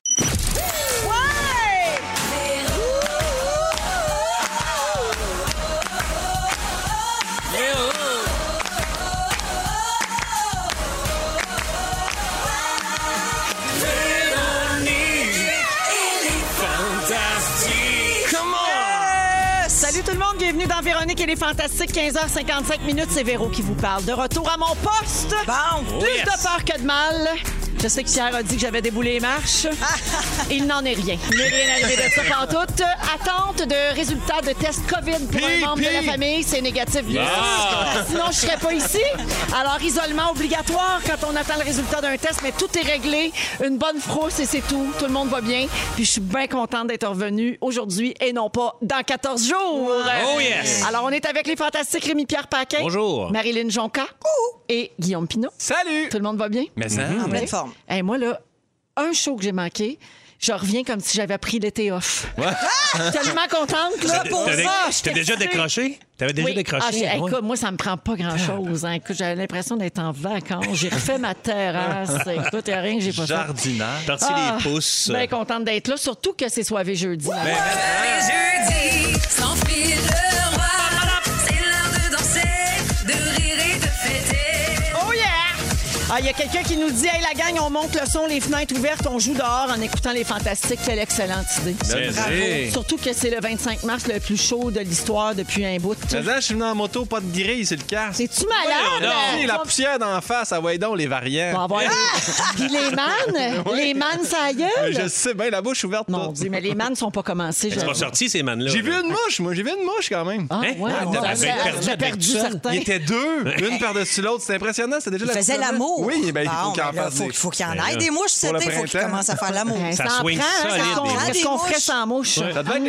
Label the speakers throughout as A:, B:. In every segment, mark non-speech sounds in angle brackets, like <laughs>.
A: Oh Salut tout le monde, bienvenue dans Véronique et les Fantastiques, 15h55 minutes, c'est Véro qui vous parle. De retour à mon poste.
B: Bon.
A: Plus de peur que de mal. Je sais que Pierre a dit que j'avais déboulé les marches. Il n'en est rien. Il n'est rien arrivé de ça pantoute. Attente de résultats de tests COVID pour un membre de la famille, c'est négatif. bien sûr. Sinon, je serais pas ici. Alors, isolement obligatoire quand on attend le résultat d'un test, mais tout est réglé. Une bonne frousse et c'est tout. Tout le monde va bien. Puis je suis bien contente d'être revenue aujourd'hui et non pas dans 14 jours.
B: Oh yes.
A: Alors, on est avec les fantastiques Rémi-Pierre Paquin.
B: Bonjour.
A: Marilyn Jonca. Et Guillaume Pinot.
B: Salut! Mhm.
A: Tout le monde va bien?
B: Mais ça,
C: En
A: Oui.
C: pleine forme.
A: Hey, moi, là, un show que j'ai manqué, je reviens comme si j'avais pris l'été
B: <laughs>
A: off. Ah, Tellement contente, là, pour
B: t'avais-
A: ça. j'étais
B: t'as déjà
A: frustrée.
B: décroché? T'avais déjà
A: Oui. Ah,
B: décroché?
A: j'ai- hey,
B: Ouais.
A: écoute, moi, ça me prend pas grand-chose. hein. Écoute, j'avais l'impression d'être en vacances. J'ai refait
B: <laughs>
A: ma terrasse. Écoute, y a rien que j'ai pas Ah. Ben, fait.
B: Jardinage. Parti les pouces. euh.
A: Bien contente d'être là, surtout que c'est soivé jeudi.
D: Jeudi, sans fil de roi, c'est l'heure de danser, de rire et de fêter.
A: Oh yeah! Ah, il y a quelqu'un qui nous dit, hey, la gang, on monte le son, les fenêtres ouvertes, on joue dehors en écoutant les fantastiques. Quelle excellente idée.
B: Mais-
A: Bravo. Surtout que c'est le 25 mars le plus chaud de l'histoire depuis un bout.
E: Mais là, je suis venu en moto, pas de grille, c'est le casque.
A: C'est-tu malade?
E: Hey, la poussière d'en face, à donc les
A: On va
E: variants. Hein?
A: avoir les-
B: <laughs>
A: Puis les mannes, les mannes, ça gueule.
E: Je sais bien, la bouche ouverte.
A: Mon
E: toute.
A: Dieu, mais les mannes sont pas commencées.
B: C'est
A: j'avoue.
B: pas sorti, ces man-là.
E: J'ai vu une mouche, moi, j'ai vu une mouche quand même.
A: Ah,
B: Hein?
A: ouais,
B: Ah,
A: on
B: t'avais
A: a-
B: perdu
A: on a
B: avec
A: perdu
B: ça.
A: certains.
E: Il était deux, l'une par-dessus l'autre. C'était impressionnant, c'était déjà
C: Il
E: la
C: faisait
E: première.
C: l'amour.
E: Oui, ben, il
C: Bon,
E: faut qu'il en
C: ben là,
E: fasse
C: faut-
E: des-
C: faut qu'il y en ait
B: là,
C: des mouches,
E: pour le
C: c'était, faut qu'il
E: printemps.
C: commence à faire l'amour.
A: Ben,
B: Ça
A: en
B: swing
A: prend, hein,
B: solide,
A: qu'on-
B: des
A: Qu'est-ce qu'on
C: mouches.
A: ferait sans mouche?
E: Ça devait être Adam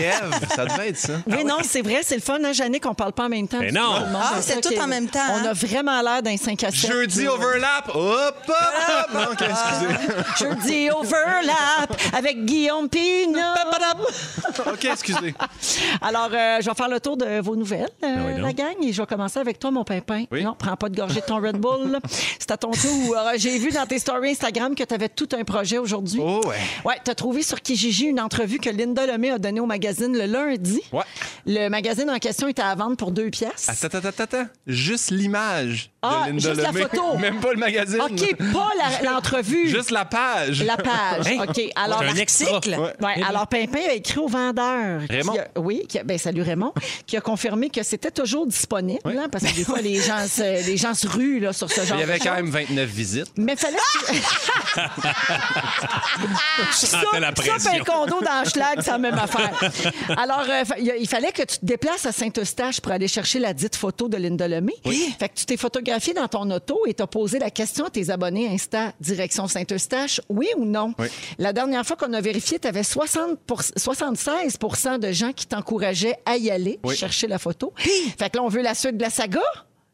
E: et Ève, ça devait être ça.
A: Oui, non, c'est vrai, c'est le fun, hein, Yannick, on parle pas en même temps.
B: Mais non.
A: Tout le monde
C: Ah,
A: a
C: c'est
A: ça
C: tout
A: qui-
C: en même temps,
A: On
C: hein.
A: a vraiment l'air d'un 5 à 7.
E: Jeudi
A: là.
E: overlap, hop, hop,
A: Ah.
E: hop. Non, ok, excusez.
A: Jeudi Ah. overlap avec Guillaume Pinot.
E: Ok, excusez.
A: Alors, euh, je vais faire le tour de vos nouvelles, euh,
B: Ben oui, donc.
A: la gang, et je vais commencer avec toi, mon pimpin.
E: Oui.
A: Non, prends pas de gorgée de ton Red Bull. là. C'est à ton tour. Alors, J'ai vu dans tes stories Instagram que tu avais tout un projet aujourd'hui.
E: Oh, ouais.
A: Ouais, tu as trouvé sur Kijiji une entrevue que Linda Lemay a donnée au magazine le lundi.
E: Ouais.
A: Le magazine en question était à vendre pour deux pièces.
E: Attends, attends, attends, attends. Juste l'image
A: Ah,
E: de Linda
A: juste la
E: Lemay.
A: photo.
E: <laughs> Même pas le magazine.
A: OK, pas la- l'entrevue.
E: Juste la page.
A: La page.
B: Hein?
A: OK. Alors,
B: C'est un extra.
C: Cycle.
E: Ouais.
A: Ouais, alors Pimpin a écrit au vendeur. qui
E: Raymond.
A: a- oui, qui a- ben, salut Raymond, qui a confirmé que c'était toujours disponible, hein, parce que des fois, les gens, se, les gens se ruent là, sur ce genre
E: Il y avait
A: de
E: quand
A: choses.
E: même
A: <laughs>
E: 29 visites.
A: Mais fallait
E: <laughs>
A: que tu-
B: Je
A: ça,
B: sentais la
A: ça,
B: pression.
A: ben, condo dans Schlag, c'est la même affaire. Alors, euh, fa- il a- il fallait que tu te déplaces à Saint-Eustache pour aller chercher la dite photo de Linda Lemay. Fait que tu t'es photographié dans ton auto et t'as posé la question à tes abonnés Insta direction Saint-Eustache, oui ou non?
E: Oui.
A: La dernière fois qu'on a vérifié, tu avais 60 pour- 76 de gens qui t'encourageaient à y aller
E: Oui.
A: chercher la photo. Fait que là, on veut la suite de la saga.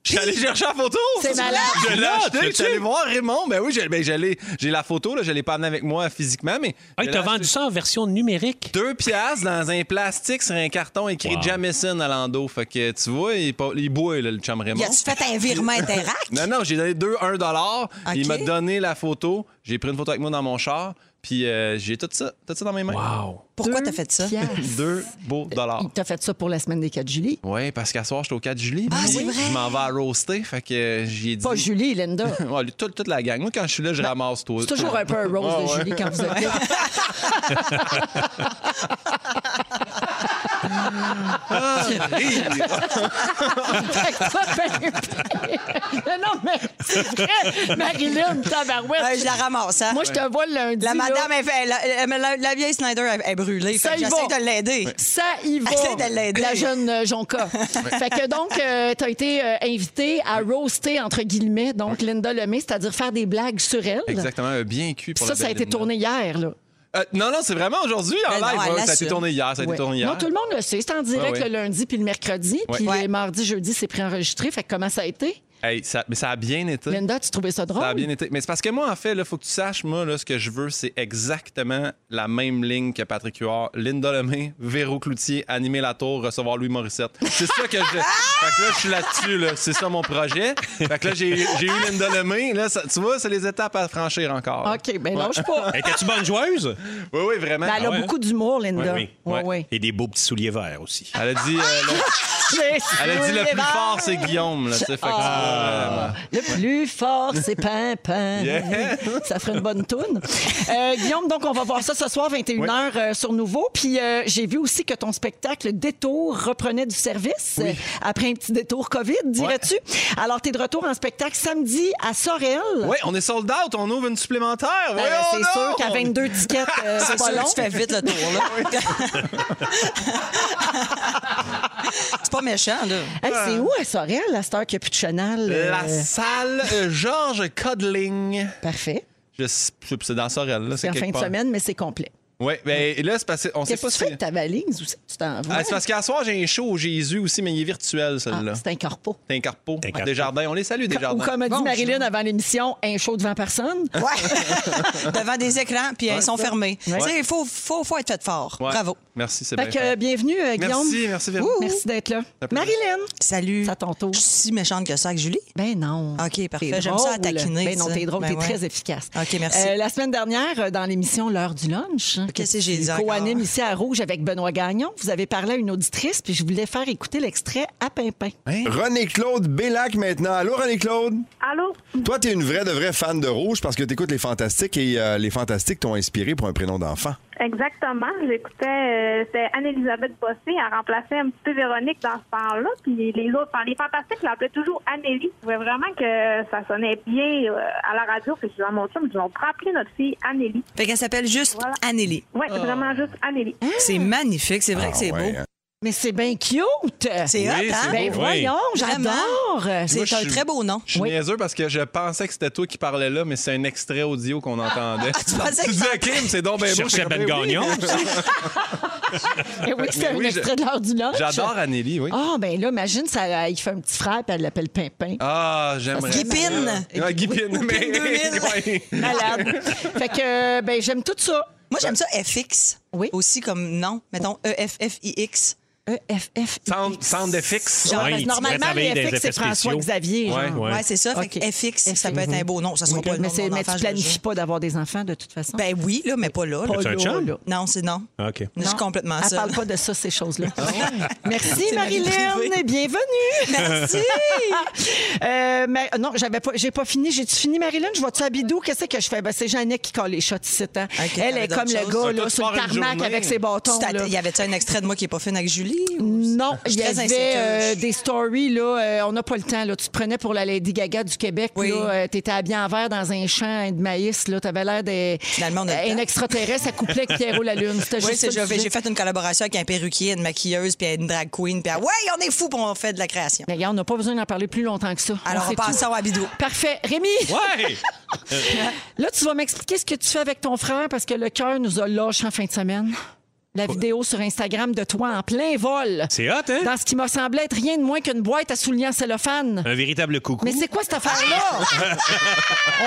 E: J'allais chercher la photo.
A: C'est malade.
E: Je l'ai
B: Là,
E: acheté.
B: tu l'as
E: Je suis allé voir Raymond. Ben oui, j'ai ben, j'allais- j'ai la photo. Là, je l'ai pas amenée avec moi physiquement, mais.
B: Hey,
E: je
B: t'as
E: l'ai
B: vendu
E: acheté
B: ça en version numérique?
E: Deux piastres dans un plastique sur un carton écrit
B: Wow.
E: Jamison à l'endo. Fait que tu vois, il, pa- il boit, là, le chum Raymond.
C: Y a-tu fait un virement interact?
E: Non, non, j'ai donné deux, un dollar.
C: Ok.
E: Il m'a donné la photo. J'ai pris une photo avec moi dans mon char. Puis euh, j'ai tout ça, tout ça dans mes mains.
B: Wow.
C: Pourquoi
A: Deux
C: t'as fait ça?
A: piastres.
E: Deux beaux dollars.
A: Il t'a fait ça pour la semaine des 4 Julie.
E: Oui, parce qu'à soir, j'étais au 4 Julie.
C: Ah,
E: puis
C: c'est vrai.
E: Je m'en vais à roaster. Fait que j'ai dit.
A: Pas Julie, Linda.
E: <laughs>
A: Ben,
E: Ouais, toute, toute la gang. Moi, quand je suis là, je ramasse tout.
A: C'est toujours un peu un rose de Julie quand vous êtes là. <laughs> non, non, mais c'est vrai. Marilyn, tabarouette.
C: Ben, je la ramasse, hein?
A: Moi, je te vois le lundi.
C: La
A: là.
C: madame, elle fait- la, la- la- la vieille Snyder elle- elle est brûlée.
A: Ça
C: Fait que
A: y
C: J'essaie
A: va.
C: de l'aider.
A: Ça y va.
C: Essaie de l'aider.
A: La jeune
C: <laughs>
A: euh, Jonca. fait que donc, euh, t'as été euh, invitée à roaster, entre guillemets, donc Linda Lemay, c'est-à-dire faire des blagues sur elle.
E: Exactement, un bien
A: Puis
E: cul pour
A: ça,
E: la
A: ça a
E: belle
A: été
E: Linda.
A: tourné hier, là.
E: Euh, non, non, c'est vraiment aujourd'hui
C: Ben
E: en
C: non,
E: live.
C: elle
E: Ouais, ça a été
C: l'assume.
E: tourné hier. Ça a été
A: Ouais.
E: tourné hier.
A: Non, tout le monde le sait. C'est en direct
E: Ouais, ouais.
A: le lundi puis le mercredi. Puis
C: Ouais.
A: le mardi, jeudi, c'est préenregistré. Fait que comment ça a été?
E: Hey, ça, mais ça a bien été.
A: Linda, tu trouvais ça drôle?
E: Ça a bien été. Mais c'est parce que moi, en fait, il faut que tu saches, moi, là, ce que je veux, c'est exactement la même ligne que Patrick Huard, Linda Lemay, Véro Cloutier, animer la tour, recevoir Louis Morissette. C'est ça que je. fait que là, je suis là-dessus, là. C'est ça mon projet. Fait que là, j'ai j'ai eu Linda Lemay. Là, ça- tu vois, c'est les étapes à franchir encore.
A: OK, ben lâche pas.
B: Étais-tu bonne joueuse?
E: Oui, oui, vraiment.
A: Ben, elle a
B: Ah ouais,
A: beaucoup d'humour,
B: Ouais,
A: Linda.
B: oui.
A: Ouais, Ah!
E: Ouais.
A: ouais.
B: Et des beaux petits souliers verts aussi.
E: Elle a dit, euh, le, elle a dit le plus fort, c'est Guillaume. Là, tu sais, fait que, euh,
A: Le plus fort, c'est Pimpin.
E: Yeah.
A: Ça ferait une bonne toune. Euh, Guillaume, donc, on va voir ça ce soir, 21h euh, sur Nouveau. Puis, euh, j'ai vu aussi que ton spectacle Détour reprenait du service euh, après un petit détour COVID, dirais-tu? Alors, t'es de retour en spectacle samedi à Sorel.
E: Oui, on est sold out, on ouvre une supplémentaire.
A: Euh,
E: voyons
A: c'est sûr
E: donc!
A: qu'à 22 tickets, euh, c'est
C: C'est
A: pas
C: sûr,
A: long.
C: tu fais vite le tour, là.
A: <laughs>
C: c'est pas méchant, là.
A: Hey, c'est où à Sorel, la star qui a plus de chenal? euh,
E: La salle euh, Georges Codling.
A: Parfait.
E: Je sais- je sais- c'est dans Sorel, là.
A: C'est en fin de semaine, mais c'est complet.
E: Oui, mais ben, là, c'est parce qu'on sait
A: Qu'est-ce
E: pas
A: que tu
E: si.
A: fais de ta valise ou tu t'en vas?
E: Ah, c'est parce qu'à soir, j'ai un show au Jésus aussi, mais il est virtuel,
A: Ah,
E: celui-là.
A: c'est un corpo.
E: T'es un carpo.
B: un carpo.
E: Des jardins. On les salue, des
A: Ou
E: jardins.
A: comme a dit Marilyn avant l'émission, un show devant personne. <laughs>
C: Ouais. Devant des écrans, puis ils sont fermés.
A: Ouais.
C: Tu sais, il faut, faut, faut être fait fort.
E: Ouais.
C: Bravo.
E: Merci, c'est
A: Fait
E: bien.
A: que euh,
E: fait.
A: bienvenue, euh, Guillaume.
E: Merci, merci, Véro.
A: Ouh, Merci d'être là.
E: un plaisir.
A: Marilyn.
C: Salut.
A: C'est à ton tour.
C: Je suis si méchante que ça avec Julie.
A: Ben non.
C: OK, parfait.
A: T'es
C: J'aime ça à
A: drôle.
C: taquiner,
A: Ben non,
C: tu sais.
A: t'es drôle,
C: Ben
A: t'es
C: ouais.
A: très efficace. Euh,
C: OK, merci.
A: la semaine dernière, euh, dans l'émission L'heure du lunch, hein,
C: Qu'est-ce
A: tu
C: que j'ai dit encore?
A: co-animes ici à Rouge avec Benoît Gagnon, vous avez parlé à une auditrice, puis je voulais faire écouter l'extrait à Pimpin.
F: René-Claude Bellac maintenant. Allô, René-Claude?
G: Allô?
F: Toi, t'es une vraie de vraie fan de Rouge parce que t'écoutes Les Fantastiques et euh, Les Fantastiques t'ont inspiré pour un prénom d'enfant.
G: Exactement. J'écoutais, euh, c'était Anne-Elisabeth Bossé. Elle remplaçait un petit peu Véronique dans ce temps-là. Puis les autres, enfin, les fantastiques l'appelaient toujours Annélie. Je trouvais vraiment que ça sonnait bien euh, à la radio. Puis je suis dans mon chum, ils ont rappelé notre fille Annélie.
C: Fait qu'elle s'appelle juste
G: Voilà.
C: Annélie.
G: Ouais,
A: Ah.
G: c'est vraiment juste Annélie.
C: C'est magnifique. C'est vrai que c'est
F: Ah
C: beau.
F: ouais, hein.
A: Mais c'est bien
E: <laughs>
A: cute!
C: C'est
B: Oui,
C: hot, hein?
B: c'est
A: Ben
B: beau.
A: voyons,
C: Vraiment.
A: j'adore!
E: Moi,
C: C'est
E: je
C: un
E: suis-
C: très beau nom.
E: Je suis
A: Oui.
E: niaiseux parce que je pensais que c'était toi qui parlais là, mais c'est un extrait audio qu'on entendait.
A: Ah,
C: tu pensais que
E: dis,
C: ça-
E: OK, mais c'est donc
B: Je
E: bien beau.
B: cherchais
E: J'étais
B: Ben
E: comme, oui,
B: Gagnon.
E: <laughs>
A: Eh oui, c'est
E: Mais
A: un
E: oui, je-
A: extrait de l'heure du lunch.
E: J'adore Anneli, oui.
A: Ah, ben là, imagine, ça, il fait un petit frère, puis elle l'appelle Pimpin.
E: Ah, j'aimerais.
C: Guipine.
E: Ah, Guipine, mais.
C: 2000.
E: <laughs> Ouais.
A: Malade. <laughs> fait que, euh, ben, j'aime tout ça.
C: Moi, j'aime ça FX.
A: Oui. E
C: Aussi comme nom. Mettons E E-F-F-I-X.
A: EFF.
E: Sound, sound effects.
B: Ouais, il pourrait
A: normalement,
B: travailler
A: les
B: dans les
A: FX, c'est
B: effets spéciaux.
A: François-Xavier.
E: Ouais,
A: genre.
B: ouais.
C: Ouais, c'est ça. Fait
A: OK.
C: que FX, ça peut être un beau nom. Ça sera pas le
A: mais,
C: nom
A: c'est-
C: de mon
A: mais
C: enfant,
A: tu
C: je le
A: planifies
C: jure.
A: pas d'avoir des enfants, de toute façon?
C: Ben oui, là, mais pas là. là.
B: T'as-tu un chum?
A: là.
C: Non, c'est non.
H: Ah,
B: OK.
C: Je suis complètement
A: Elle
C: seule.
A: parle pas de ça, ces
C: <laughs>
A: choses-là. Merci,
C: C'est ma vie
A: Marilyn.
C: privée.
A: Bienvenue.
C: <laughs> Merci.
A: <laughs> Euh, mais- non, j'avais pas, j'ai pas fini. J'ai-tu fini, Marilyn? Je vois-tu à Bidou? Qu'est-ce que je fais? Ben, c'est Jeannette qui colle les shots ici. hein.
C: OK,
A: Elle
C: t'avais
A: est comme
C: d'autres choses?
A: le gars
E: Ah,
A: là,
E: toi, tu
A: sur le
E: pars une
A: tarmac
E: journée.
A: avec ses
C: Tu
A: bâtons.
C: t'attends-
A: là.
C: y avait-tu un extrait de moi qui est pas fine avec Julie? ou-
A: Non,
C: Je
A: il
C: suis
A: y
C: très
A: avait
C: insécure.
A: euh, des stories, là, euh, on n'a pas le temps. Là. Tu te prenais pour la Lady Gaga du Québec.
C: Oui.
A: Là, euh, t'étais habillé en vert dans un champ de maïs. Tu avais l'air d'un
C: Finalement, on a le
A: un
C: temps.
A: extraterrestre à coupler avec Pierrot la Lune. C'était
C: Oui,
A: juste
C: c'est
A: ça le
C: j'ai
A: sujet.
C: j'ai fait une collaboration avec un perruquier, une maquilleuse, puis une drag queen. Puis ouais, on est fous, puis on fait de la création.
A: Mais regarde, on n'a pas besoin d'en parler plus longtemps que ça.
C: Alors,
A: sait
C: passons
A: tout.
C: à Bidou.
A: Parfait. Rémi,
B: Ouais!
A: <laughs> là, tu vas m'expliquer ce que tu fais avec ton frère parce que le cœur nous a lâchés en fin de semaine. La vidéo sur Instagram de toi en plein vol.
B: C'est hot, hein?
A: Dans ce qui m'a semblé être rien de moins qu'une boîte à souliers en cellophane.
B: Un véritable coucou.
A: Mais c'est quoi cette affaire-là?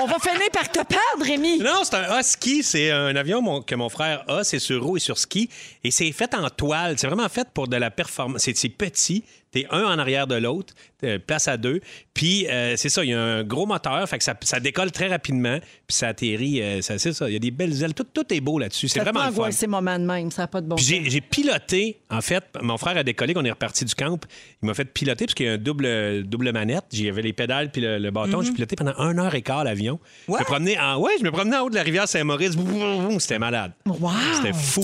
A: On va finir par te perdre, Rémi.
B: Non, c'est un husky. C'est un avion mon- que mon frère a. C'est sur roue et sur ski. Et c'est fait en toile. C'est vraiment fait pour de la performance. C'est c'est petit. T'es un en arrière de l'autre, euh, place à deux. Puis euh, c'est ça, il y a un gros moteur, fait que ça, ça décolle très rapidement, puis ça atterrit. euh, ça- c'est ça, il y a des belles ailes. Tout, tout est beau là-dessus. C'est
A: Ça
B: vraiment
A: peut
B: le fun.
A: angoisser moment de même, ça n'a pas de bon
B: Puis
A: sens.
B: j'ai- j'ai piloté, en fait, mon frère a décollé, qu'on est reparti du camp. Il m'a fait piloter parce qu'il y a un double, double manette. J'avais les pédales puis le, le bâton. J'ai piloté pendant un heure et quart l'avion. Je me
C: What?
B: promenais en, ouais, je me promenais en haut de la rivière Saint-Maurice. Boum, boum, boum, C'était malade.
A: Wow!
D: Ah.
B: C'était fou.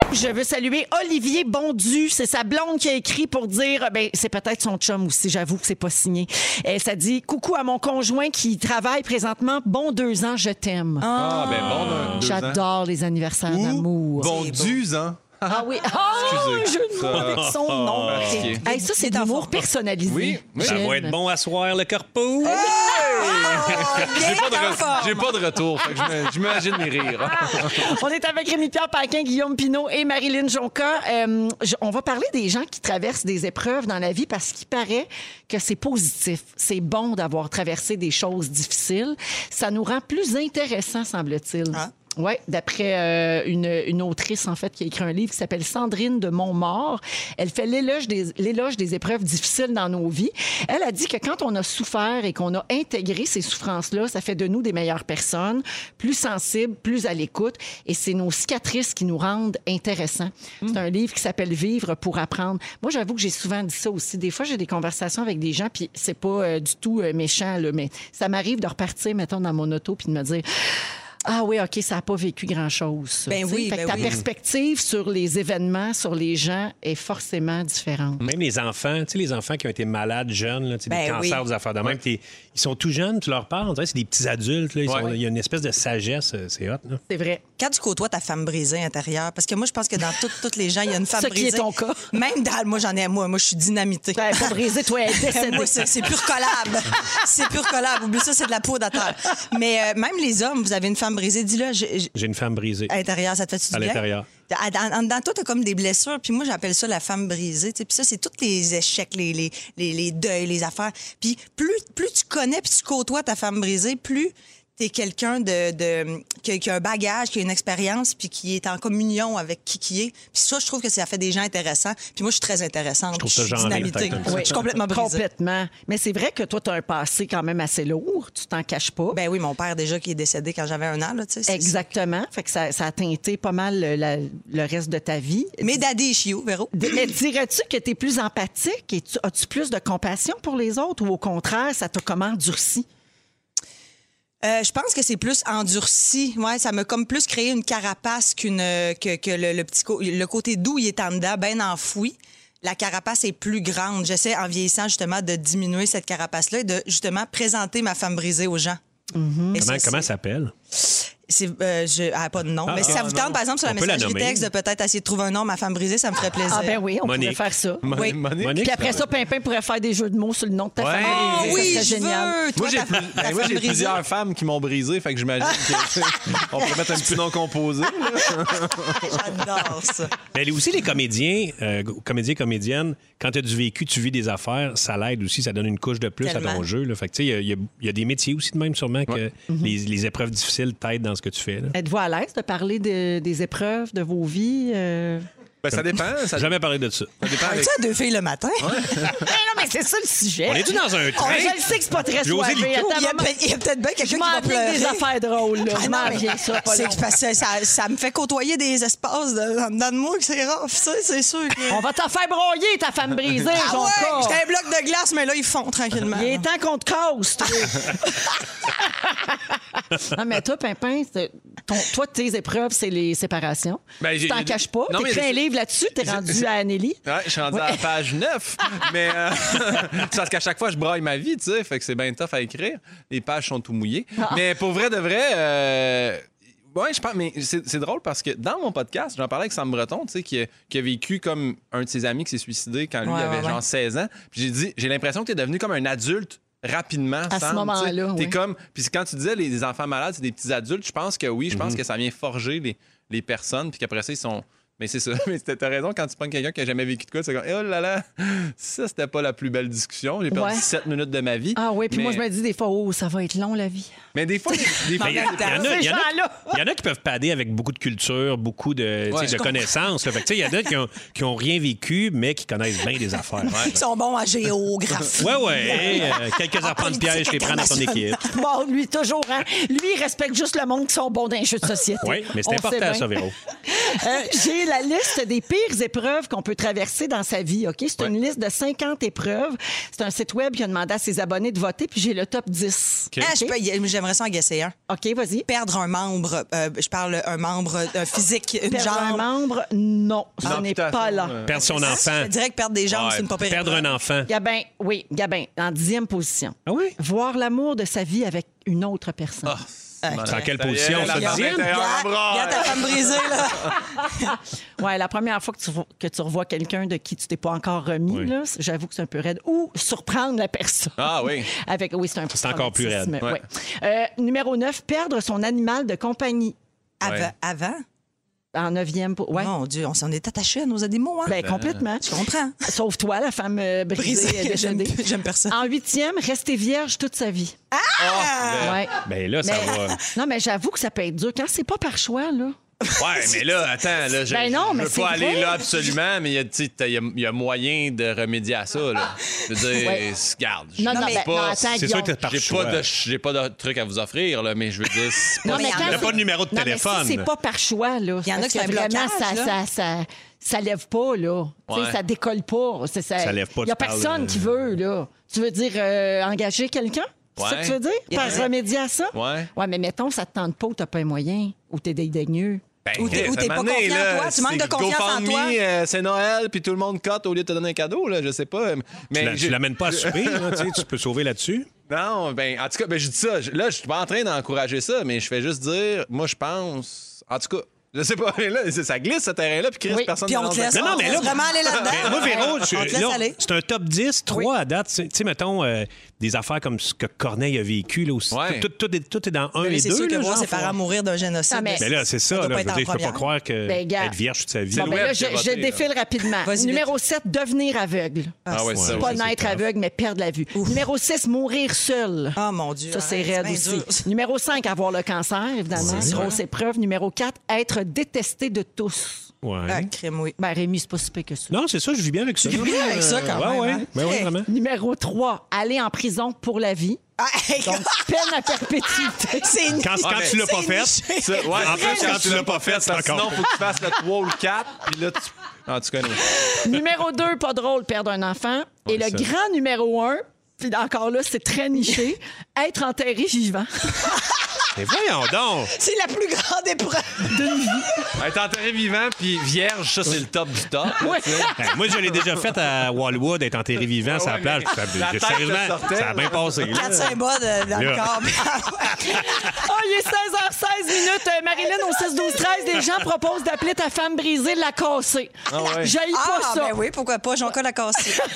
A: Je veux saluer Olivier Bondu. C'est sa blonde qui a écrit pour dire, ben, c'est peut-être son chum aussi, j'avoue que c'est pas signé. Et ça dit, coucou à mon conjoint qui travaille présentement. Bon deux ans, je t'aime.
E: Ah, ben bon, d'un- deux ans.
A: J'adore les anniversaires
E: Ou
A: d'amour.
E: bon duz, hein?
A: Ah oui. Oh,
E: Excusez.
A: je
E: Ça-
C: Avec son nom.
E: Fatigué.
A: Hey, ça, c'est d'amour personnalisé.
E: Oui, oui.
B: Ça
A: J'aime.
B: va être bon à soir, le corpo.
C: Bien
E: J'ai pas de
C: en
E: re-
C: forme.
E: J'ai pas de retour, fait que j'ma- j'imagine <laughs> mes rires.
A: <laughs> On est avec Rémi-Pierre Paquin, Guillaume Pinault et Marilyn Jonca. Euh, je- on va parler des gens qui traversent des épreuves dans la vie parce qu'il paraît que c'est positif. C'est bon d'avoir traversé des choses difficiles. Ça nous rend plus intéressants, semble-t-il.
C: Ah.
A: Oui, d'après euh, une, une autrice, en fait, qui a écrit un livre qui s'appelle Sandrine de Montmort. Elle fait l'éloge des, l'éloge des épreuves difficiles dans nos vies. Elle a dit que quand on a souffert et qu'on a intégré ces souffrances-là, ça fait de nous des meilleures personnes, plus sensibles, plus à l'écoute. Et c'est nos cicatrices qui nous rendent intéressants.
C: Hmm.
A: C'est un livre qui s'appelle Vivre pour apprendre. Moi, j'avoue que j'ai souvent dit ça aussi. Des fois, j'ai des conversations avec des gens, puis c'est pas euh, du tout euh, méchant, là, mais ça m'arrive de repartir, mettons, dans mon auto, puis de me dire... Ah oui, OK, ça n'a pas vécu grand-chose. ça.
C: Ben
A: Tu sais,
C: oui,
A: fait que
C: ben
A: ta
C: oui.
A: perspective sur les événements, sur les gens est forcément différente.
B: Même les enfants, tu sais, les enfants qui ont été malades jeunes, là, tu sais, des
C: Ben oui.
B: cancers, des affaires de même, t'es- ils sont tout jeunes, tu leur parles, on dirait que c'est des petits adultes, là, ils sont- il y a une espèce de sagesse, euh, c'est hot. là.
A: C'est vrai.
C: Quand tu côtoies ta femme brisée intérieure, parce que moi, je pense que dans tout- toutes les gens, il y a une femme
A: <laughs> Ce qui
C: brisée.
A: est ton cas.
C: Même dans. Moi, j'en ai. Moi, moi je suis dynamitée.
A: Ben, pas brisée, toi, elle est décédée.
C: <laughs> Moi, c'est c'est pur collable. c'est pur collable. Oublie ça, c'est de la peau terre. Mais euh, même les hommes, vous avez une femme brisée. Dis-le, j'ai- j'ai-
B: J'ai une femme brisée.
C: à l'intérieur, ça te fait-tu du
B: À
C: bien?
B: l'intérieur.
C: À- En, en dedans de toi, t'as comme des blessures. Puis moi, j'appelle ça la femme brisée. tu sais. Puis ça, c'est tous les échecs, les, les, les, les deuils, les affaires. Puis plus, plus tu connais, puis tu côtoies ta femme brisée, plus t'es quelqu'un de, de- qui, a- qui a un bagage, qui a une expérience, puis qui est en communion avec qui qui est. Puis ça, je trouve que ça fait des gens intéressants. Puis moi, je suis très intéressante. Je
B: trouve ça
C: suis
B: genré,
C: dynamitée.
B: peut-être, un
C: Je suis complètement brisée.
A: Complètement. Mais c'est vrai que toi, tu as un passé quand même assez lourd. Tu t'en caches pas.
C: Ben oui, mon père déjà qui est décédé quand j'avais un an. Là, tu sais, c'est-
A: Exactement. Fait que ça, ça a teinté pas mal le, la- le reste de ta vie.
C: Mais daddy is you, Véro.
A: D- Mais dirais-tu que tu es plus empathique et tu- as-tu plus de compassion pour les autres ou au contraire, ça t'a comment endurci?
C: Euh, je pense que c'est plus endurci. Ouais, ça m'a comme plus créé une carapace qu'une euh, que, que le, le petit co- le côté doux, il est en dedans, bien enfoui. La carapace est plus grande. J'essaie en vieillissant justement de diminuer cette carapace-là et de justement présenter ma femme brisée aux gens.
A: Mm-hmm.
B: Comment,
C: Et ça,
B: comment
C: c'est-
B: ça s'appelle?
C: c'est- euh, je, ah, pas de nom.
B: Ah,
C: mais si
B: ah,
C: ça vous tente,
B: non.
C: par exemple, sur la
B: On peut la
C: messagerie
B: nommer.
C: texte, de peut-être essayer de trouver un nom, ma femme brisée, ça me ferait plaisir.
A: Ah ben oui, on
B: Monique.
A: pourrait faire ça.
E: Mon-
C: Oui.
E: Monique?
B: Monique?
A: Puis après ça, Pimpin pourrait faire des jeux de mots sur le nom de ta
E: Ouais.
A: femme.
C: Oh,
A: brisée.
C: oui,
A: ça
C: je
A: serait génial.
C: veux! Toi,
E: Moi, j'ai
C: ta-
E: plus-
C: ta
E: ben, moi,
C: femme
E: j'ai
C: brisée.
E: plusieurs femmes qui m'ont brisé, fait que j'imagine
C: <laughs>
E: qu'on pourrait mettre un petit
D: <laughs>
E: nom composé. là.
C: J'adore ça.
B: Mais les- aussi les comédiens, euh, comédiens, comédiennes, quand tu as du vécu, tu vis des affaires, ça l'aide aussi, ça donne une couche de plus à ton
C: Tellement.
B: jeu. là. Fait que, tu sais, il y a- il y, a- il y a des métiers aussi de même sûrement que les, les épreuves difficiles t'aident dans ce que tu fais. là.
A: Êtes-vous à l'aise de parler de- des épreuves de vos vies? euh?
E: Ben, ça dépend. Ça,
B: Jamais parlé de ça.
E: ça dépend avec-
C: Tu as deux filles le matin?
A: Eh non, mais c'est ça le <laughs> sujet.
B: On est-tu dans un
A: Oh,
B: train?
A: je le sais que c'est pas très
B: José
A: soivé.
B: Lico.
A: Attends,
C: Il y a,
A: maman,
C: peut- il y a peut-être bien quelqu'un
A: Je
C: qui
A: m'en
C: va
A: viens
C: pleurer.
A: avec des affaires drôles. Là.
C: Ah
A: Je
C: non,
A: m'en
C: mais
A: viens ça. Pas
C: c'est
A: long.
C: parce que ça, ça me fait côtoyer des espaces de, en dedans de moi que c'est rough, ça, c'est sûr. Que...
A: On va t'en faire broyer, ta femme brisée,
C: Ah
A: Jonca.
C: ouais, j'étais un bloc de glace, mais là, ils font tranquillement.
A: Il est temps qu'on te cause, toi. <laughs> non, mais toi, Pimpin, c'est- ton- toi, tes épreuves, c'est les séparations.
E: Ben,
A: tu
E: j'ai-
A: t'en caches pas.
E: Non,
A: T'as
E: mais-
A: écrit un livre là-dessus, t'es rendu à Anneli.
E: Ouais, je suis rendu à la page 9, mais euh, <laughs> c'est parce qu'à chaque fois, je braille ma vie, tu sais, fait que c'est bien tough à écrire. Les pages sont tout mouillées.
A: Ah.
E: Mais pour vrai de vrai, euh, ouais, je pense, mais c'est c'est drôle parce que dans mon podcast, j'en parlais avec Sam Breton, tu sais, qui, a- qui a vécu comme un de ses amis qui s'est suicidé quand lui
C: Ouais,
E: avait
C: ouais,
E: genre
C: ouais.
E: 16 ans. Puis j'ai dit, j'ai l'impression que t'es devenu comme un adulte rapidement.
A: À ce
E: Sam, tu sais.
A: moment-là,
E: T'es
A: oui.
E: comme, puis quand tu disais les, les enfants malades, c'est des petits adultes, je pense que oui, je pense que ça vient forger les, les personnes, puis qu'après ça, ils sont. Mais c'est ça. <laughs> Mais t'as t'as raison, quand tu prends quelqu'un qui a jamais vécu de quoi, c'est comme, oh là là, ça, c'était pas la plus belle discussion. J'ai perdu
A: Ouais.
E: 7 minutes de ma vie.
A: Ah oui, puis
E: mais,
A: moi, je me dis des fois, oh, ça va être long, la vie.
E: Mais des
A: <laughs>
E: fois, des fois,
B: Mais Il y, a- il y en a- il y en a- il y en a qui peuvent padder avec beaucoup de culture, beaucoup de, tu sais,
E: Ouais.
B: de connaissances. là. Fait que, tu sais, il y en a qui ont, qui ont rien vécu, mais qui connaissent bien des affaires.
C: Ils sont bons à géographie.
B: Ouais,
C: <laughs>
B: ouais. euh, quelques arpents de piège, je les prends dans ton équipe.
A: Bon, lui, toujours, hein? Lui, il respecte juste le monde qui sont bons dans les jeux de société.
B: Oui, mais c'est
A: On sait
B: important,
A: bien.
B: ça, Véro.
A: Euh, J'ai la liste des pires épreuves qu'on peut traverser dans sa vie. Ok, C'est une liste de 50 épreuves. C'est un site web qui a demandé à ses abonnés de voter, puis j'ai le top 10.
C: Ah, je peux- y- J'aimerais ça en guesser un.
A: OK, vas-y.
C: Perdre un membre, euh, je parle un membre euh, physique, une
A: Perdre un
C: jambe.
A: membre, non, on n'est
E: amputation,
A: pas là.
E: euh,
B: Perdre son
C: Ça,
B: enfant.
C: Je dirais que perdre des jambes,
B: Ouais,
C: c'est une pas pire
B: Perdre
C: épreuve.
B: un enfant.
A: Gabin, oui, Gabin, en dixième position.
B: Ah oui?
A: Voir l'amour de sa vie avec une autre personne. Euh,
B: C'est en Ah. quelle
E: Ça y est,
B: position?
E: la
B: Ça,
E: barbe
B: dixième?
E: intérieure en bras.
C: Regarde ta femme brisée, là.
A: <laughs> Ouais, la première fois que tu, vois- que tu revois quelqu'un de qui tu t'es pas encore remis,
B: Oui.
A: là, c'est- j'avoue que c'est un peu raide. Ou surprendre la personne.
E: Ah oui.
A: <laughs> Avec, oui, c'est un peu
B: C'est encore plus raide.
A: traumatisme,
E: Ouais.
A: ouais. Euh, numéro 9, perdre son animal de compagnie.
C: Avant.
E: Ouais.
C: avant?
A: En neuvième, po- ouais.
C: Hein? Mon Dieu, on s'en est attaché à nos animaux, hein?
A: Ben, complètement.
C: je comprends.
A: Sauf toi, la femme euh, brisée,
C: Brisée, que j'aime-
A: décédée.
C: <laughs> j'aime personne. Ah!
A: En huitième, rester vierge toute sa vie. Ouais.
B: Ben là, ça
A: Mais-
B: va.
A: <laughs> Non, mais j'avoue que ça peut être dur. Quand c'est pas par choix, là.
E: Ouais, mais là, attends, là, je,
A: Ben non,
E: je
A: mais
E: veux
A: c'est
E: pas
A: vrai.
E: aller là absolument, mais il y a, tu sais, t'as- il y a- il y a moyen de remédier à ça. Là. Je veux dire,
A: Ouais.
E: c'est- garde, je-
A: Non, non,
C: Non, mais-
A: ben, non,
E: pas-
A: attends,
B: C'est sûr que
A: Guillaume.
B: t'es par
E: j'ai
B: choix.
E: pas, de, j'ai pas de truc à vous offrir, là, mais je veux dire, c'est
C: mais
A: Non,
E: pas-
A: mais
C: il y en
A: quand
C: a
A: c'est-
B: pas de numéro de
A: Non, mais
B: téléphone.
A: si c'est pas par choix, là.
C: Il y en a
A: parce
C: qui
A: que
C: ont un
A: vraiment,
C: blocage,
A: ça,
C: là.
A: ça, ça, ça lève pas, là. Tu sais,
E: Ouais.
A: Ça décolle pas. C'est- Ça,
B: Ça lève pas,
A: Il n'y a
B: tu parles,
A: personne
B: euh,
A: qui veut, là. Tu veux dire euh, engager quelqu'un? C'est ça
E: Ouais.
A: que tu veux dire?
C: Il y a
A: Par
C: des-
A: remédier à ça?
E: Ouais.
A: Ouais, mais mettons, ça te tente pas ou t'as pas un moyen ou t'es dédaigneux.
E: Ben,
C: Ou t'es- ou t'es
E: à un
C: pas
E: moment donné,
C: confiant en
E: là,
C: toi, tu manques de
E: c'est
C: confiance en
E: GoFundMe,
C: toi.
E: euh, c'est Noël, puis tout le monde cote au lieu de te donner un cadeau, là, je sais pas. euh,
B: Tu
E: Mais
B: la-
E: j'ai-
B: Tu l'amènes pas à souper, là, tu sais, tu peux sauver là-dessus.
E: <laughs> Non, ben, en tout cas, ben, je dis ça. je- Là, je suis pas en train d'encourager ça, mais je fais juste dire, moi, je pense. En tout cas, je sais pas, <laughs> mais là, c'est- ça glisse, ce terrain-là, puis Chris,
A: Oui,
E: personne
C: Puis on te laisse,
B: Non, non,
C: on te
B: mais
C: laisse
B: là-
C: vraiment
E: Ah,
C: aller là-dedans.
B: Ben, moi, Véro, je-
C: on te laisse
B: là,
C: aller.
B: c'est un top 10, 3 à date. Tu sais- tu sais, mettons, euh, des affaires comme ce que Corneille a vécu, là, aussi.
E: Ouais.
B: Tout, tout est, tout est dans un
C: Mais
B: et
C: Ben, c'est
B: deux.
C: sûr que
B: là,
C: voir
B: genre,
C: ses
B: faut-
C: parents mourir d'un génocide.
A: Non, mais-
B: Mais là, c'est ça.
C: doit
B: Là,
C: pas
B: je veux
C: être en
B: dire, je peux pas
C: première.
B: croire que
A: Ben, gars.
B: être vierge toute sa vie.
A: Bon,
B: là.
A: ben
E: web
A: là,
E: qui
A: je,
E: a voté,
A: je
E: là.
A: défile rapidement.
C: Vas-y,
A: Numéro 7, devenir aveugle.
E: Ah ouais, ça,
B: Ouais.
E: ouais.
A: pas
B: c'est
A: naître
B: tough.
A: aveugle, mais perdre la vue. Numéro 6, mourir seul.
C: Oh mon Dieu.
A: Ça, c'est
C: arrête,
A: raide
C: bien
A: aussi.
C: dur.
A: Numéro 5, avoir le cancer, évidemment. Grosse épreuve. Numéro 4, être détesté de tous.
B: Ouais.
C: Ah, crime, oui.
A: Ben, Rémi, c'est pas si pire que ça.
B: Non, c'est ça, je vis bien avec ça.
C: vis bien avec ça, quand
B: Ouais,
C: même,
B: ouais.
C: hein.
B: Ben, ouais, vraiment.
A: Numéro 3, aller en prison pour la vie.
C: Ah, hey, <laughs>
A: Donc, peine à perpétuité.
C: c'est une-
B: Quand, quand
E: mais
B: tu l'as pas
C: c'est
B: fait,
C: niché.
E: Ça, ouais,
B: En
E: c'est
B: plus,
E: ça,
B: quand tu l'as pas fait, c'est
E: parce que
B: encore
E: Sinon, faut que tu fasses le 3 ou le 4, puis là, tu. Ah, tu connais.
A: numéro 2, pas drôle, perdre un enfant. Et
B: Ouais,
A: le
B: ça.
A: grand numéro 1, puis encore là, c'est très
B: <laughs>
A: niché, être enterré vivant.
B: Oh. Mais voyons donc.
C: C'est la plus grande épreuve.
E: Être enterré vivant, puis vierge, ça, c'est le top du top. là, tu sais.
B: Ben, moi, je l'ai déjà fait à Wallwood, d'être enterré vivant sur la
E: ouais,
B: plage.
E: mais
B: Ça-
E: la
B: j'ai-
E: tête
B: sérieusement,
E: te sortait,
B: ça a bien
E: là.
B: passé. là.
C: 4-5 bas
A: euh,
C: de- dans le
B: Là. <laughs>
C: corps.
A: Ah, il est 16h16 minutes. Euh, Marilyn, au 6 12 13 les gens proposent d'appeler ta femme brisée la casser.
E: ouais.
A: J'haïs
C: Ah,
A: pas ça.
C: ben oui, pourquoi pas, j'ai encore la cassée.
A: <laughs>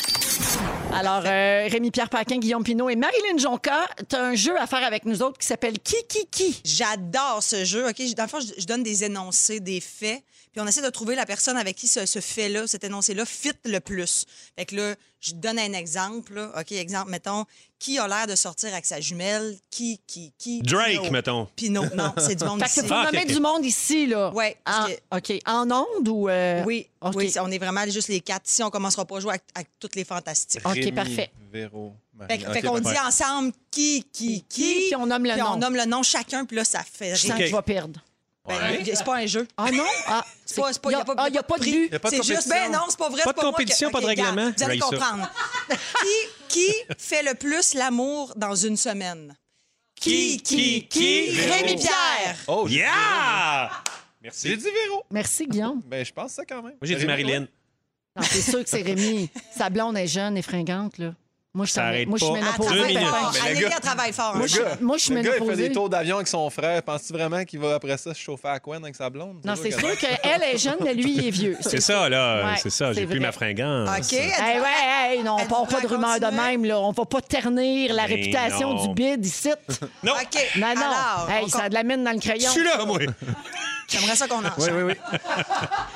A: Alors, euh, Rémi-Pierre Paquin, Guillaume Pinot et Marilyn Jonca, t'as un jeu à faire avec nous autres qui s'appelle Qui, qui, qui?
C: J'adore ce jeu. OK? Dans le fond, je, je donne des énoncés, des faits, puis on essaie de trouver la personne avec qui ce, ce fait-là, cet énoncé-là, fit le plus. Fait que là, je donne un exemple. là. OK, exemple, mettons, qui a l'air de sortir avec sa jumelle? Qui, qui, qui?
B: Drake,
C: Pinot.
B: mettons.
C: Pinot, non, c'est
A: <laughs>
C: du monde
A: Fait que
C: ici.
A: faut
B: Ah,
A: nommer
B: ok, ok.
A: du monde ici, là.
C: Ouais,
A: En,
C: parce
A: OK. En onde ou. euh,
C: Oui,
A: OK.
C: oui, on est vraiment juste les quatre. Si on commencera pas à jouer avec, avec toutes les fantastiques.
A: OK,
E: Rémi,
A: parfait.
E: Véro, Marie.
C: Fait, que-
E: Ok,
C: fait qu'on
E: parfait.
C: dit ensemble qui, qui, qui,
A: Qui, puis on nomme le
C: puis on
A: nom.
C: nomme le nom chacun, puis là, ça fait
A: Je sens
C: rire.
A: que je vais perdre.
C: Ben,
B: Ouais.
C: C'est pas un jeu.
A: Ah non? Ah,
C: C'est pas- c'est pas-
A: il n'y a, ah, y a pas de but.
E: Y a pas de
C: C'est juste, ben
E: compétition.
C: non, c'est pas vrai.
B: Pas
C: c'est
B: de
C: moi
B: compétition,
C: que-
B: pas de
C: Ok, regarde,
B: règlement.
C: Vous allez
B: Raise ça.
C: comprendre. qui, qui fait le plus l'amour dans une semaine?
B: Qui, qui, qui?
C: Rémi Pierre.
E: Oh, j'ai-
B: Yeah! Merci.
E: J'ai dit Véro.
A: Merci, Guillaume.
E: Ben, je pense ça quand
B: Moi,
E: même.
B: j'ai dit Marilyn.
A: Non, c'est sûr que c'est Rémi. Sa blonde est jeune et fringante, là. Moi, je
B: Ça
A: suis
B: arrête
A: moi, je suis
B: pas.
C: Elle
B: Deux
A: ménopausée.
C: travaille
B: minutes.
C: fort.
E: Mais le
C: Anneli,
E: gars-
C: elle travaille fort. hein.
A: Moi,
E: Le
A: je-
E: gars,
A: moi, je suis
E: le gars, il fait
A: ménopausée.
E: des tours d'avion avec son frère. Penses-tu vraiment qu'il va après ça se chauffer à Quen avec sa blonde?
A: Non, c'est
E: que-
A: sûr qu'elle est jeune, mais lui, il est vieux.
B: C'est ça, là.
A: Ouais,
B: c'est ça. J'ai
A: c'est
B: plus
A: vrai.
B: ma fringance.
E: Ah,
C: OK. elle
A: Hey,
C: travaille-
A: ouais, hey, non, on
C: Elle vous
A: part pas de
C: prend
A: rumeurs de
C: continuer?
A: même, là. On va pas ternir la
B: Mais
A: réputation
B: Ben non.
A: du bid ici.
B: <laughs> Non!
C: OK.
A: Non, non.
C: Alors,
A: hey,
C: on-
A: ça a de la mine dans le
B: Je
A: crayon.
B: suis là, moi!
C: j'aimerais ça qu'on en
E: Oui, oui, oui.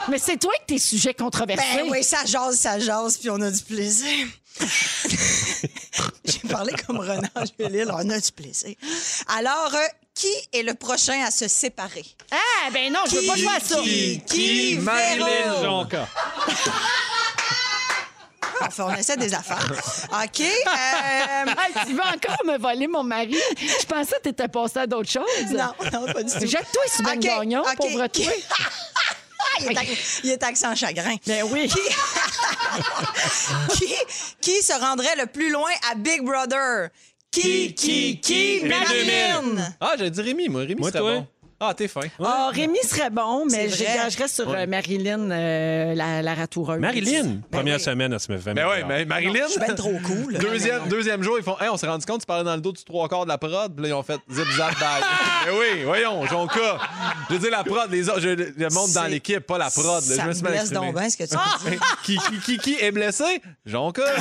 A: Mais c'est toi que tes sujets controversés.
C: Ben oui, ça jase, ça jase, puis on a du plaisir. <laughs> J'ai parlé comme Renan Gélil, on a du plaisir. Alors, euh, qui est le prochain à se séparer?
A: Ah, ben non, je veux pas jouer à ça.
C: Qui, qui,
E: Marilyn
C: Véro?
E: Jonca.
C: Enfin, on essaie des
B: Ah,
C: affaires. OK. euh,
A: <laughs> Hey, tu veux encore me voler mon mari? Je pensais que t'étais passé à d'autres choses.
C: non, non, pas du tout.
A: Jette-toi, Sylvain
C: OK,
A: Gagnon,
C: OK.
A: pauvre toi.
C: <laughs> Il est, ac- il est accent chagrin.
A: Ben oui. <laughs>
C: Qui, qui se rendrait le plus loin à Big Brother? Qui, qui, qui? Marilyn!
E: Ah, j'ai dit Rémi, moi. Rémi,
B: Moi,
E: c'est
B: toi.
E: bon. Ah, t'es fin.
A: Ah, Rémi serait bon, mais
C: C'est
A: je
C: vrai.
A: gagerais sur euh, Marilyn, euh, la, la ratoureuse.
B: Marilyn, première
C: oui.
B: semaine, elle se met vraiment.
E: Ben oui, mais Marilyn.
C: Je suis ben trop cool.
E: Deuxième, deuxième jour, ils font Hey, on s'est rendu compte, tu parlais dans le dos du trois quarts de la prod, puis là, ils ont fait zip zap bye. Mais oui, voyons, Jonca. Je veux dire, la prod, les autres, je, le monde dans
C: C'est-
E: l'équipe, pas la prod. là,
C: Ça
E: je me suis mal
C: me blesse
E: exprimé.
C: donc bien ce que tu dis.
E: <laughs> qui, qui, qui, qui est blessé? Jonca.
C: <laughs>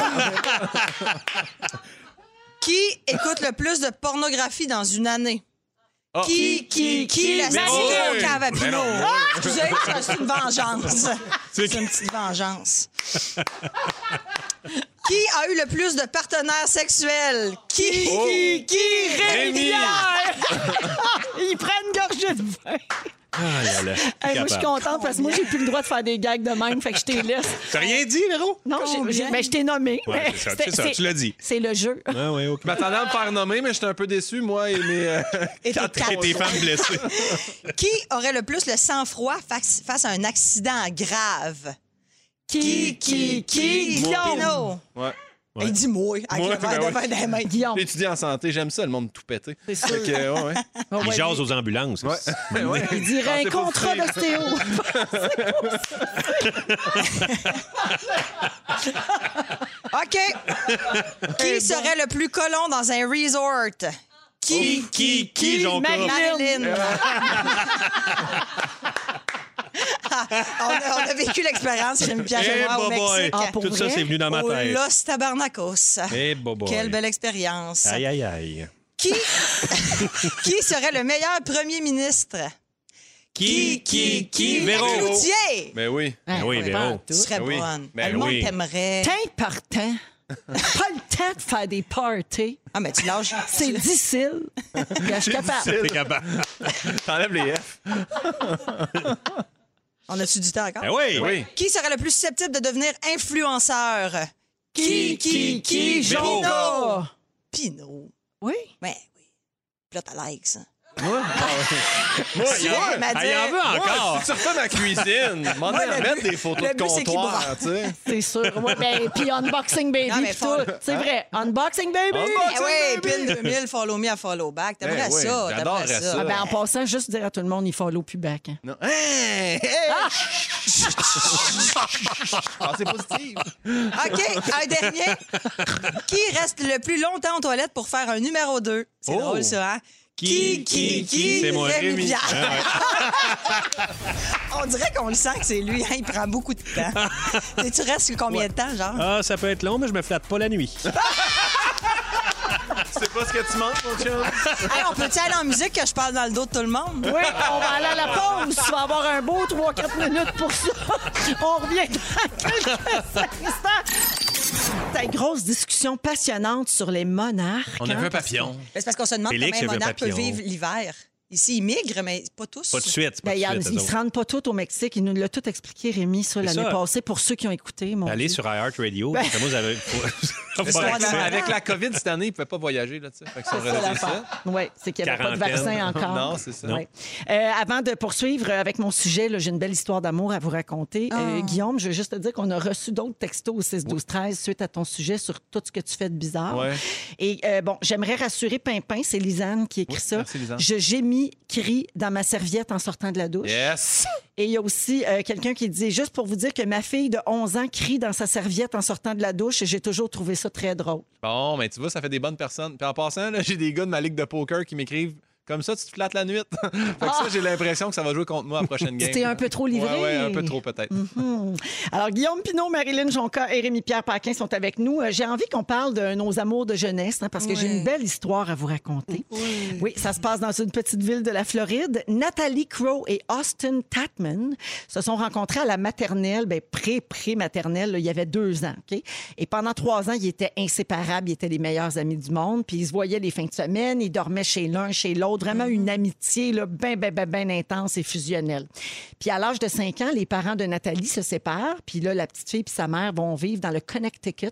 C: Qui écoute le plus de pornographie dans une année?
E: Ah.
C: Qui, qui, qui? Ben La
E: Mais
C: série
E: oui.
C: au cave à Pinot. Ah! Vous savez, ça, c'est une vengeance. <laughs> C'est une petite vengeance. qui a eu le plus de partenaires sexuels? Qui, qui, qui?
E: Rémi.
A: <laughs> Ils prennent gorgée de vin.
B: Ah, là, là,
A: Hey, moi, je
B: capable.
A: suis
E: Ah,
A: contente parce que moi, j'ai plus le droit de faire des gags de même, fait que je t'ai laisse.
B: T'as rien dit, Véro?
A: Non, j'ai- j'ai- ben, je t'ai nommé.
B: Ouais,
A: mais
B: c'est ça,
A: c'était-
B: c'est ça,
A: c'est-
B: tu l'as dit.
A: C'est le jeu.
B: Ah, ouais, OK.
E: Je m'attendais à me faire nommer, mais j'étais un peu déçu, moi et mes. euh,
C: <laughs> Et tes
E: quatre-
C: quatre.
B: T'es femme
E: <laughs>
B: blessée.
C: Qui aurait le plus le sang-froid face, face à un accident grave? Qui, qui, qui? Pinot.
E: Ouais.
C: Hey, dis-moi, avec
E: Moi,
C: le verre
E: ben
C: de vin dans les mains.
A: Guillaume.
E: Étudiant en santé, j'aime ça, le monde tout pété.
A: C'est sûr.
E: Fait que, ouais,
C: <laughs>
E: ouais.
A: On
B: Il
A: va
B: jase aux ambulances. <laughs> Ah.
E: Ouais, ouais.
A: Il dirait un
E: Pensez pas au
A: contrat
E: fric.
A: d'ostéo.
E: <laughs>
C: OK. <laughs> qui serait le plus colon dans un resort? Oh. Qui? Euh.
B: Qui, qui, Jonca?
C: Marilyn. Ah, <laughs> on, a, on a vécu l'expérience, j'aime Pierre
B: Eh,
C: et moi, au
B: boy, boy.
C: Mexique.
A: Ah, pour
B: Tout ça,
A: vrai?
B: c'est venu dans ma
C: Au
B: tête.
C: Los Tabarnacos.
B: Eh, bobo.
C: Quelle belle expérience.
B: Aïe, aïe, aïe.
C: Qui, qui serait le meilleur premier ministre?
B: Qui, qui, qui, Véro?
C: Cloutier.
E: Mais oui.
B: Ben oui, Véro.
C: Tu serais
E: oui.
C: bonne.
E: Ben
C: le monde
B: oui.
C: t'aimerait.
A: Temps par
C: <laughs>
A: temps. Pas le temps de faire des parties.
C: Ah, mais tu lâches.
B: <laughs>
A: C'est difficile. Mais Je suis capable.
B: T'es capable. <laughs>
E: T'enlèves les F.
C: On a-tu du temps encore?
B: Ben oui.
E: Oui.
C: Qui serait le plus susceptible de devenir influenceur? Qui, qui, qui?
B: Véro.
C: Pinot. Pinot.
A: Oui. Ah
C: Ben oui. Puis là, t'as like, ça. <laughs>
E: Moi, il y en
C: Ouais,
E: a-
C: m'a dit-
B: Ah, il en veut encore.
E: Moi, si tu refais ma cuisine, m'en
C: Moi,
E: aller
C: le
E: à mettre
C: but-
E: des photos
C: le
E: de
C: but, c'est qu'il
E: comptoir, tu sais.
A: C'est sûr. Ouais, ben, puis Unboxing Baby,
C: Non, Ah, mais
A: pis
C: faut-
A: tout. C'est vrai. Unboxing Baby. Eh
C: Ben oui, pile 2000, follow me à follow back. T'aimerais
E: Ben oui,
C: ça, t'aimerais
E: j'adorerais
C: ça.
E: ça.
A: Ah, ben, en passant, juste dire à tout le monde, il follow plus back. hein.
E: Non. Hey, hey. Ah, c'est positif.
C: OK, un dernier. Qui reste le plus longtemps aux toilettes pour faire un numéro 2? C'est
E: Oh.
C: drôle, ça, hein? Qui, qui, qui?
B: C'est moi,
C: Rémi
B: Rémi.
C: Pierre.
E: Ah
C: <laughs> On dirait qu'on le sent que c'est lui. hein, Il prend beaucoup de temps. Et tu restes combien de temps, genre?
B: Ah, ça peut être long, mais je me flatte pas la nuit.
E: Ah, C'est pas ce que tu manges, mon chum.
C: Hey, on peut-tu aller en musique que je parle dans le dos de tout le monde?
A: Oui, on va aller à la pause. Tu vas avoir un beau 3-4 minutes pour ça. On revient dans quelques instants. C'était une grosse discussion passionnante sur les monarques.
E: On
A: hein,
E: avait un
A: parce que-
E: papillon.
C: Ben, C'est parce qu'on se demande
B: Félix,
C: comment
B: il
C: un
B: veut
C: monarque peut
B: papillon.
C: vivre l'hiver. Il Ici, ils migrent, mais pas tous.
B: Pas de suite.
A: Ben,
B: pas de
A: y en-
B: suite, eux
A: ils
B: autres.
A: se rendent pas tous au Mexique. Il nous l'a tout expliqué, Rémi, ça,
B: C'est
A: l'année
B: ça.
A: passée, pour ceux qui ont écouté. Mon
B: Allez
A: Dieu.
B: sur iHeartRadio.
A: Ben-
B: Comment vous avez.
C: <laughs>
E: Parce que
C: Ouais,
E: avec,
C: c'est
E: avec la COVID cette année, ils ne pouvaient pas voyager. Là, tu sais. fait que ça aurait
A: C'est
E: été
A: l'affaire.
E: ça.
A: Ouais, c'est qu'il n'y avait pas de
B: Quarantaine.
A: vaccin encore.
E: Non, c'est ça.
A: Ouais. Euh, avant de poursuivre avec mon sujet, là, j'ai une belle histoire d'amour à vous raconter. Euh, Guillaume, je veux juste te dire qu'on a reçu d'autres textos au 6 12 13 suite à ton sujet sur tout ce que tu fais de bizarre.
E: Ouais.
A: Et euh, bon, j'aimerais rassurer Pimpin, c'est Lisanne qui écrit ça.
E: merci, Lisanne.
A: Je gémis, crie dans ma serviette en sortant de la douche.
E: Yes!
A: Et il y a aussi euh, quelqu'un qui dit juste pour vous dire que ma fille de 11 ans crie dans sa serviette en sortant de la douche et j'ai toujours trouvé ça très drôle.
E: Bon, mais tu vois, ça fait des bonnes personnes. Puis en passant, là, j'ai des gars de ma ligue de poker qui m'écrivent comme ça, tu te flattes la nuit. <laughs> fait que ça, j'ai l'impression que ça va jouer contre moi à la prochaine game.
A: Ah! T'es un peu trop livré.
E: Ouais, ouais, un peu trop peut-être.
A: Hmm. Alors, Guillaume Pinot, Marilyn Jonca et Rémi-Pierre Paquin sont avec nous. Euh, J'ai envie qu'on parle de nos amours de jeunesse, hein, parce que j'ai
C: Oui.
A: une belle histoire à vous raconter. Oui. ça se passe dans une petite ville de la Floride. Nathalie Crow et Austin Tatman se sont rencontrés à la maternelle, ben, pré-pré-maternelle, là, il y avait deux ans. OK? Et pendant trois ans, ils étaient inséparables, ils étaient les meilleurs amis du monde, puis ils se voyaient les fins de semaine, ils dormaient chez l'un, chez l'autre.
C: Mm-hmm.
A: Vraiment une amitié là, ben, ben, ben, ben intense et fusionnelle. Puis à l'âge de 5 ans, les parents de Nathalie se séparent. Puis là, la petite fille et sa mère vont vivre dans le Connecticut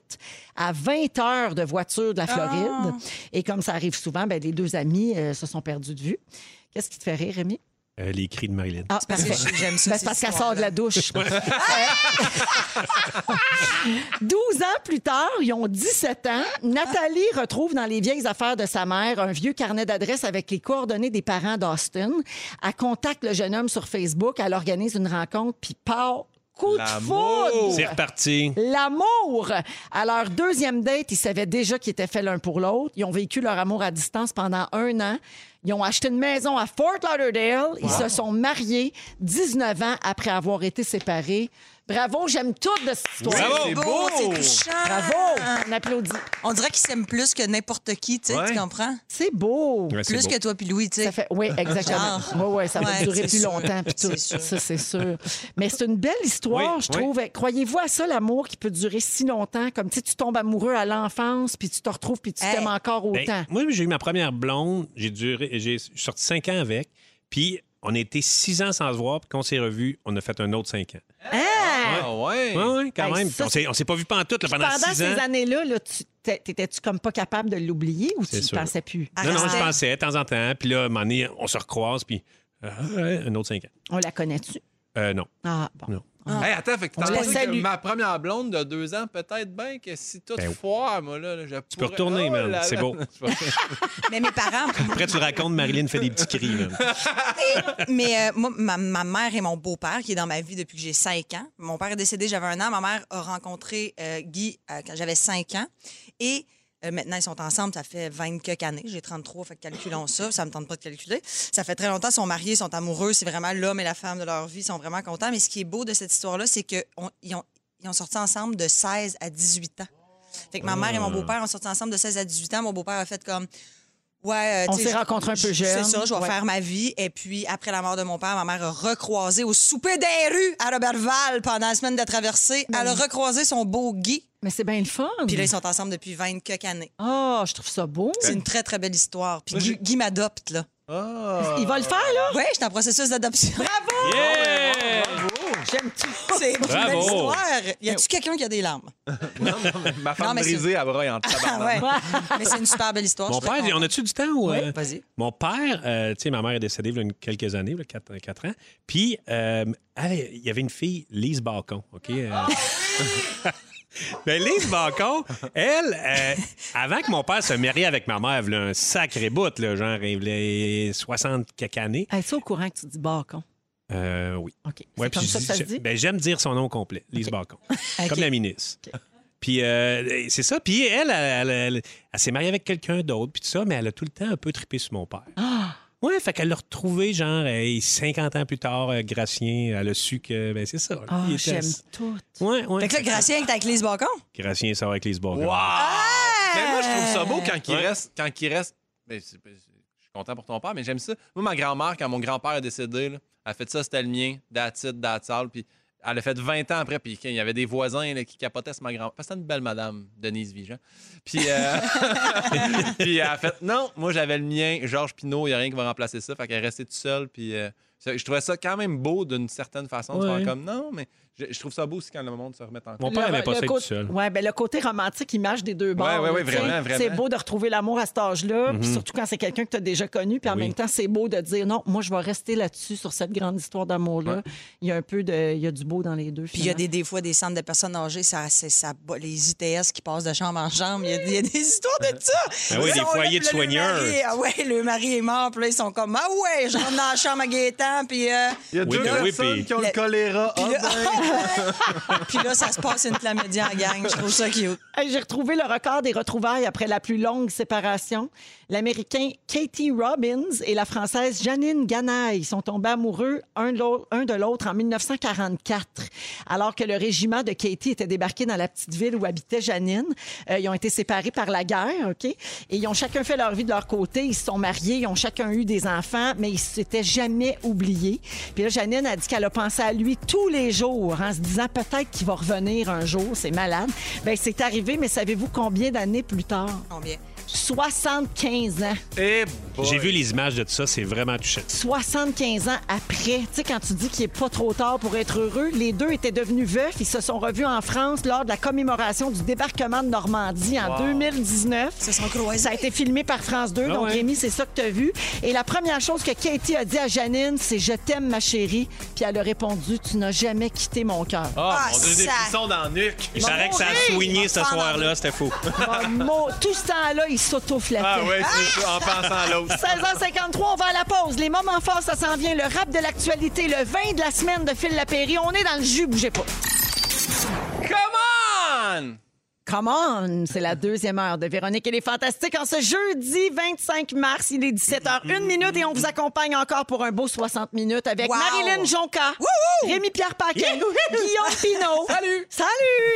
A: à 20 heures de voiture de la
C: Ah!
A: Floride. Et comme ça arrive souvent, ben, les deux amis euh, se sont perdus de vue. Qu'est-ce qui te fait rire, Rémi?
B: Euh, les cris de Marilyn.
A: Ah,
C: parce que
A: parfait.
C: j'aime ça,
A: Ben, c'est
C: ces
A: parce qu'elle sort de la
C: histoires-là.
A: douche.
C: <laughs>
B: Ah!
A: Euh, 12 ans plus tard, ils ont 17 ans. Nathalie retrouve dans les vieilles affaires de sa mère un vieux carnet d'adresses avec les coordonnées des parents d'Austin. Elle contacte le jeune homme sur Facebook. Elle organise une rencontre, puis part coup de
E: L'amour.
A: foudre.
B: C'est reparti.
A: L'amour! À leur deuxième date, ils savaient déjà qu'ils étaient faits l'un pour l'autre. Ils ont vécu leur amour à distance pendant un an. Ils ont acheté une maison à Fort Lauderdale. Ils se sont mariés 19 ans après avoir été séparés. Bravo, j'aime tout de cette histoire.
E: Bravo!
C: C'est
E: C'est
C: beau,
E: beau!
C: c'est touchant.
A: Bravo! On applaudit.
C: On dirait qu'ils s'aiment plus que n'importe qui, tu sais,
E: Ouais.
C: tu comprends?
A: C'est beau.
B: Ouais, c'est
C: Plus
B: beau.
C: que toi puis Louis, tu sais.
A: Ça fait, oui, exactement.
C: Genre.
A: Oui, oui, ça va
C: Ouais,
A: durer
C: c'est
A: plus
C: sûr.
A: longtemps. puis tout.
C: C'est sûr.
A: Ça, c'est sûr. Mais c'est une belle histoire,
B: Oui,
A: je
B: oui.
A: trouve. Croyez-vous à ça, l'amour qui peut durer si longtemps? Comme tu sais, tu tombes amoureux à l'enfance, puis tu te retrouves, puis tu
C: Hey.
A: t'aimes encore
B: Ben,
A: autant.
B: moi, j'ai eu ma première blonde. J'ai duré, j'ai je suis sorti cinq ans avec. Puis on était six ans sans se voir. Puis quand on s'est revus, on a fait un autre cinq ans.
A: Hein?
E: Ah ouais!
B: Oui, oui, quand
A: Hey,
B: même.
A: ça,
B: on s'est- on s'est pas vu pantoute là, pendant,
A: Pendant
B: six ans.
A: ces années-là, là, tu- t'é- t'étais-tu comme pas capable de l'oublier ou tu
B: C'est
A: y
B: sûr.
A: pensais plus?
C: Ah,
B: Non, non, je
C: restait.
B: pensais de temps en temps. Puis là, à un moment donné, on se recroise. Puis ah, ouais, un autre cinq ans.
A: On la connaît-tu?
B: Euh, non.
A: Ah, bon.
B: Non.
E: Hey, attends, fait que
A: On
E: t'as
A: la
E: entendu
A: salue.
E: que ma première blonde de deux ans, peut-être bien que si tout
B: Ben oui.
E: foire, moi, là, là, je
B: Tu peux
E: Oh
B: retourner, man. C'est
E: <laughs>
B: beau.
C: Mais mes parents,
B: Après, tu le racontes, Marilyn fait des petits cris. man.
C: mais euh, moi, ma, ma mère et mon beau-père, qui est dans ma vie depuis que j'ai 5 ans. Mon père est décédé, j'avais un an. Ma mère a rencontré euh, Guy euh, quand j'avais 5 ans. Et euh, maintenant, ils sont ensemble. Ça fait 20 quelques années. J'ai 33, fait que calculons ça. Ça me tente pas de calculer. Ça fait très longtemps. Ils sont mariés, ils sont amoureux. C'est vraiment l'homme et la femme de leur vie. Ils sont vraiment contents. Mais ce qui est beau de cette histoire-là, c'est qu'ils ont, ils ont sorti ensemble de 16 à 18 ans. Fait que ma mère et mon beau-père ont sorti ensemble de 16 à 18 ans. Mon beau-père a fait comme. Ouais, euh,
A: On
C: tu sais,
A: s'est rencontrés un peu
C: C'est
A: jeunes.
C: ça, je vais
A: Ouais.
C: faire ma vie. Et puis, après la mort de mon père, ma mère a recroisé au souper des rues à Robertval pendant la semaine de traversée. Elle a recroisé son beau Guy.
A: Ben Mais c'est bien le fun.
C: Puis là, ils sont ensemble depuis 20 quelques années.
A: Ah, je trouve ça beau.
C: C'est une très, très belle histoire. Puis
E: Moi,
C: Guy,
E: j'ai-
C: Guy m'adopte, là.
B: Ah.
A: Il va le faire, là?
C: Oui, je suis en processus d'adoption.
A: Bravo!
B: Yeah!
A: J'aime tout.
C: C'est une belle
B: Bravo!
C: histoire. Y a-tu quelqu'un qui a des
B: <laughs>
C: larmes?
E: <laughs> Ma
C: Non,
E: femme
C: mais c'est-
E: brisée à bras en
C: Ah
E: tabarnak.
C: ouais. mais c'est une super belle histoire.
B: ben, Mon
C: je suis
B: père,
C: très
B: on a-tu du temps? Ou, euh,
C: vas-y.
B: Mon père, euh, tu sais, ma mère est décédée il y a une- quelques années, 4, ans. Puis, euh, elle, il y avait une fille, Lise Bacon, OK? euh.
C: Ah.
B: Ben, Lise Bacon, elle, euh, avant que mon père se marie avec ma mère, elle a un sacré bout, là, genre, il avait 60 quelques années.
A: Est-ce au courant que tu dis barcon?
B: Euh, oui.
A: OK.
B: Ouais,
A: c'est comme
B: puis
A: ça que ça
B: je-
A: se dit?
B: ben, J'aime dire son nom complet, Lise
A: <laughs>
B: Bacon.
C: OK.
B: Comme la ministre. Puis euh, c'est ça. Puis elle, elle, elle- elle- elle s'est mariée avec quelqu'un d'autre, puis tout ça, mais elle a tout le temps un peu trippé sur mon père.
A: Ah.
B: Ouais, fait qu'elle l'a retrouvé, genre, hey, 50 ans plus tard, euh, Gracien, elle a su que, ben c'est ça.
A: Ah,
B: il était-
A: j'aime tout.
B: Ouais, ouais.
C: Fait que là, Gracien, t'es avec Lise Bacon?
B: Gracien sort avec les
E: Wow! Mais moi, je trouve ça beau quand il reste. Quand il reste ben, c'est- ben, c'est- je suis content pour ton père, mais j'aime ça. Moi, ma grand-mère, quand mon grand-père est décédé, là, elle a fait ça, c'était le mien, that's it, that's all. Puis Elle a fait 20 ans après, puis il y avait des voisins là, qui capotaient sur ma grand-mère. Parce que c'était une belle madame, Denise Vigeant. Puis,
B: <laughs>
E: euh, puis elle a fait non, moi j'avais le mien, Georges Pinot, il n'y a rien qui va remplacer ça. Fait qu'elle est restée toute seule. Puis euh, je je trouvais ça quand même beau d'une certaine façon de
B: Ouais.
E: faire comme non, mais je, je trouve ça beau aussi quand le monde se remet en
B: Mon
E: compte.
B: père
A: Le-
B: n'aimait pas
A: le
B: ça être
A: cô-
B: tout seul.
A: Ouais, ben, le côté romantique, image des deux bords.
E: ouais,
A: là,
E: ouais,
A: tu sais.
E: vraiment, vraiment.
A: C'est beau de retrouver l'amour à cet âge-là, puis surtout quand c'est quelqu'un que tu as déjà connu, puis en
B: Mhm. Oui.
A: même temps, c'est beau de dire non, moi, je vais rester là-dessus, sur cette grande histoire d'amour-là. Il y a un peu de. Il y a du beau dans les deux.
C: Puis il y a
A: finalement.
C: des, des fois des centres de personnes âgées, ça, c'est- ça, bat les ITS qui passent de chambre en chambre. Il y a, il y a des <laughs> histoires de ça.
B: Ben oui,
C: Ils
B: des
C: sont
B: foyers de
C: là, puis là, le
B: soigneurs.
C: mari- Ah ouais, le mari est mort, puis là, ils sont comme Ah ouais, je rentre dans la chambre à Gaétan, puis. euh,
E: <laughs> Il y a
B: Oui,
E: deux
B: puis- oui,
E: personnes
B: puis-
E: qui ont
C: Le-
E: le choléra.
C: <laughs> puis
E: Ah
C: là, ah
E: ben.
C: puis là, ça se passe une clamédia en gang. Je trouve ça cute.
A: Hey, J'ai retrouvé le record des retrouvailles après la plus longue séparation. L'Américain Katie Robbins et la Française Janine Ganaille sont tombés amoureux un de l'au- un de l'autre en 1944, alors que le régiment de Katie était débarqué dans la petite ville où habitait Janine. Euh, ils ont été séparés par la guerre, OK? Et ils ont chacun fait leur vie de leur côté. Ils se sont mariés, ils ont chacun eu des enfants, mais ils s'étaient jamais oubliés. Puis là, Janine a dit qu'elle a pensé à lui tous les jours en se disant peut-être qu'il va revenir un jour, c'est malade. Bien, c'est arrivé, mais savez-vous combien d'années plus tard?
C: Combien?
A: 75 ans.
E: Eh boy.
B: J'ai vu les images de tout ça, c'est vraiment touchant.
A: 75 ans après. Tu sais, quand tu dis qu'il n'est pas trop tard pour être heureux, les deux étaient devenus veufs. Ils se sont revus en France lors de la commémoration du débarquement de Normandie en 2019.
C: Ils se sont croisés.
A: Ça a été filmé par France 2.
B: Ah
A: donc,
B: ouais.
A: Rémi, c'est ça que tu as vu. Et la première chose que Katie a dit à Janine, c'est Je t'aime, ma chérie. Puis elle a répondu Tu n'as jamais quitté mon cœur.
E: Ah,
C: Ah,
E: mon dieu, des
C: ça-
E: frissons dans le nuque.
B: Il paraît que ça a soigné ce soir-là, c'était fou.
A: Ah, mon- Tout ce temps-là, il s'auto-flattait.
E: Ah ouais, c'est ça, en pensant à l'autre.
A: 16h53, on va à la pause. Les moments forts, ça s'en vient. Le rap de l'actualité, le vin de la semaine de Phil Lapéry. On est dans le jus, bougez pas.
E: Come on!
A: Come on! C'est la deuxième heure de Véronique et les Fantastiques en ce jeudi 25 mars. Il est 17h01 minute et on vous accompagne encore pour un beau 60 minutes avec
C: Wow!
A: Marilyn Jonca, Rémi-Pierre Paquin, Guillaume Pinault. Salut! Salut!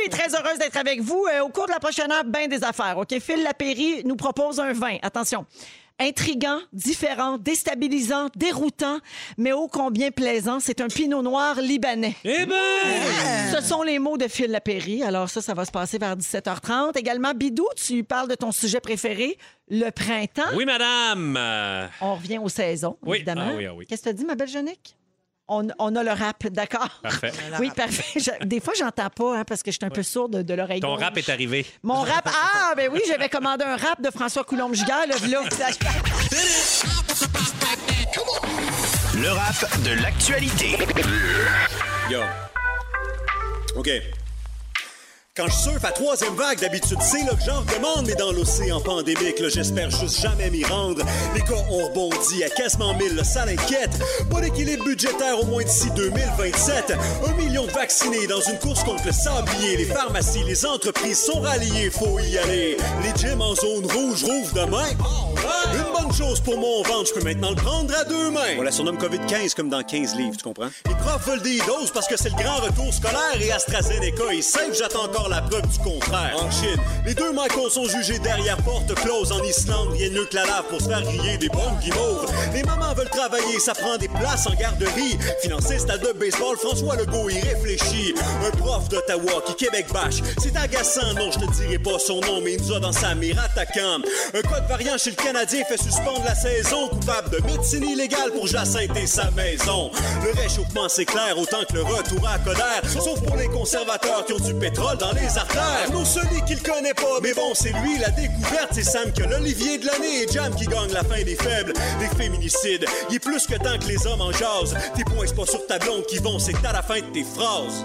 A: Et très heureuse d'être avec vous euh, au cours de la prochaine heure, bien des affaires. OK, Phil Lapéry nous propose un vin. Attention. Intrigant, différent, déstabilisant, déroutant, mais ô combien plaisant. C'est un pinot noir libanais.
B: Eh ben!
A: Ce sont les mots de Phil Lapéry. Alors ça, ça va se passer vers 17h30. Également, Bidou, tu parles de ton sujet préféré, le printemps.
B: Oui, madame! Euh,
A: Hein? On revient aux saisons,
B: Oui.
A: évidemment.
B: Ah oui, ah oui.
A: Qu'est-ce que tu dit, ma belle Jeannick? On, on a le rap, d'accord?
B: Parfait.
A: Oui, parfait. Je- Des fois, j'entends pas hein, parce que je suis un peu sourde de l'oreille.
B: Ton
A: gauche.
B: rap est arrivé.
A: Mon rap. Ah, ben oui, j'avais commandé un rap de François Coulombe-Giguère. Le v'là.
I: Le rap de l'actualité.
H: Yo. OK. Quand je surfe à troisième vague, d'habitude, c'est là que j'en demande, mais dans l'océan pandémique, là, j'espère juste jamais m'y rendre. Les cas ont rebondi à quasiment 1000, là, ça l'inquiète. Pas d'équilibre budgétaire au moins d'ici 2027. Un million de vaccinés dans une course contre le sablier. Les pharmacies, les entreprises sont ralliées, faut y aller. Les gyms en zone rouge rouvrent demain. Une bonne chose pour mon ventre, je peux maintenant le prendre à deux mains. On la surnomme COVID-15 comme dans 15 livres, tu comprends? Les profs veulent des doses parce que c'est le grand retour scolaire et AstraZeneca est safe, j'attends encore la preuve du contraire. En Chine, les deux macons sont jugés derrière porte close. En Islande, rien de mieux que la lave pour se faire griller des bombes guimauves. Les mamans veulent travailler, ça prend des places en garderie. Financer le stade de baseball, François Legault y réfléchit. Un prof d'Ottawa qui Québec bâche, c'est agaçant, non, je te dirai pas son nom, mais il nous a dans sa mire attaquant. Un code variant chez le Canadien fait suspendre la saison, coupable de médecine illégale pour Jacinthe et sa maison. Le réchauffement s'éclaire autant que le retour à Coderre, sauf pour les conservateurs qui ont du pétrole dans les artères. Nous, celui qui le connaît pas, mais bon, c'est lui la découverte, c'est Sam que l'Olivier de l'année et Jam qui gagne la fin des faibles, des féminicides. Il est plus que temps que les hommes en jasent. Tes points, c'est pas sur ta blonde qui vont, c'est à la fin de tes phrases.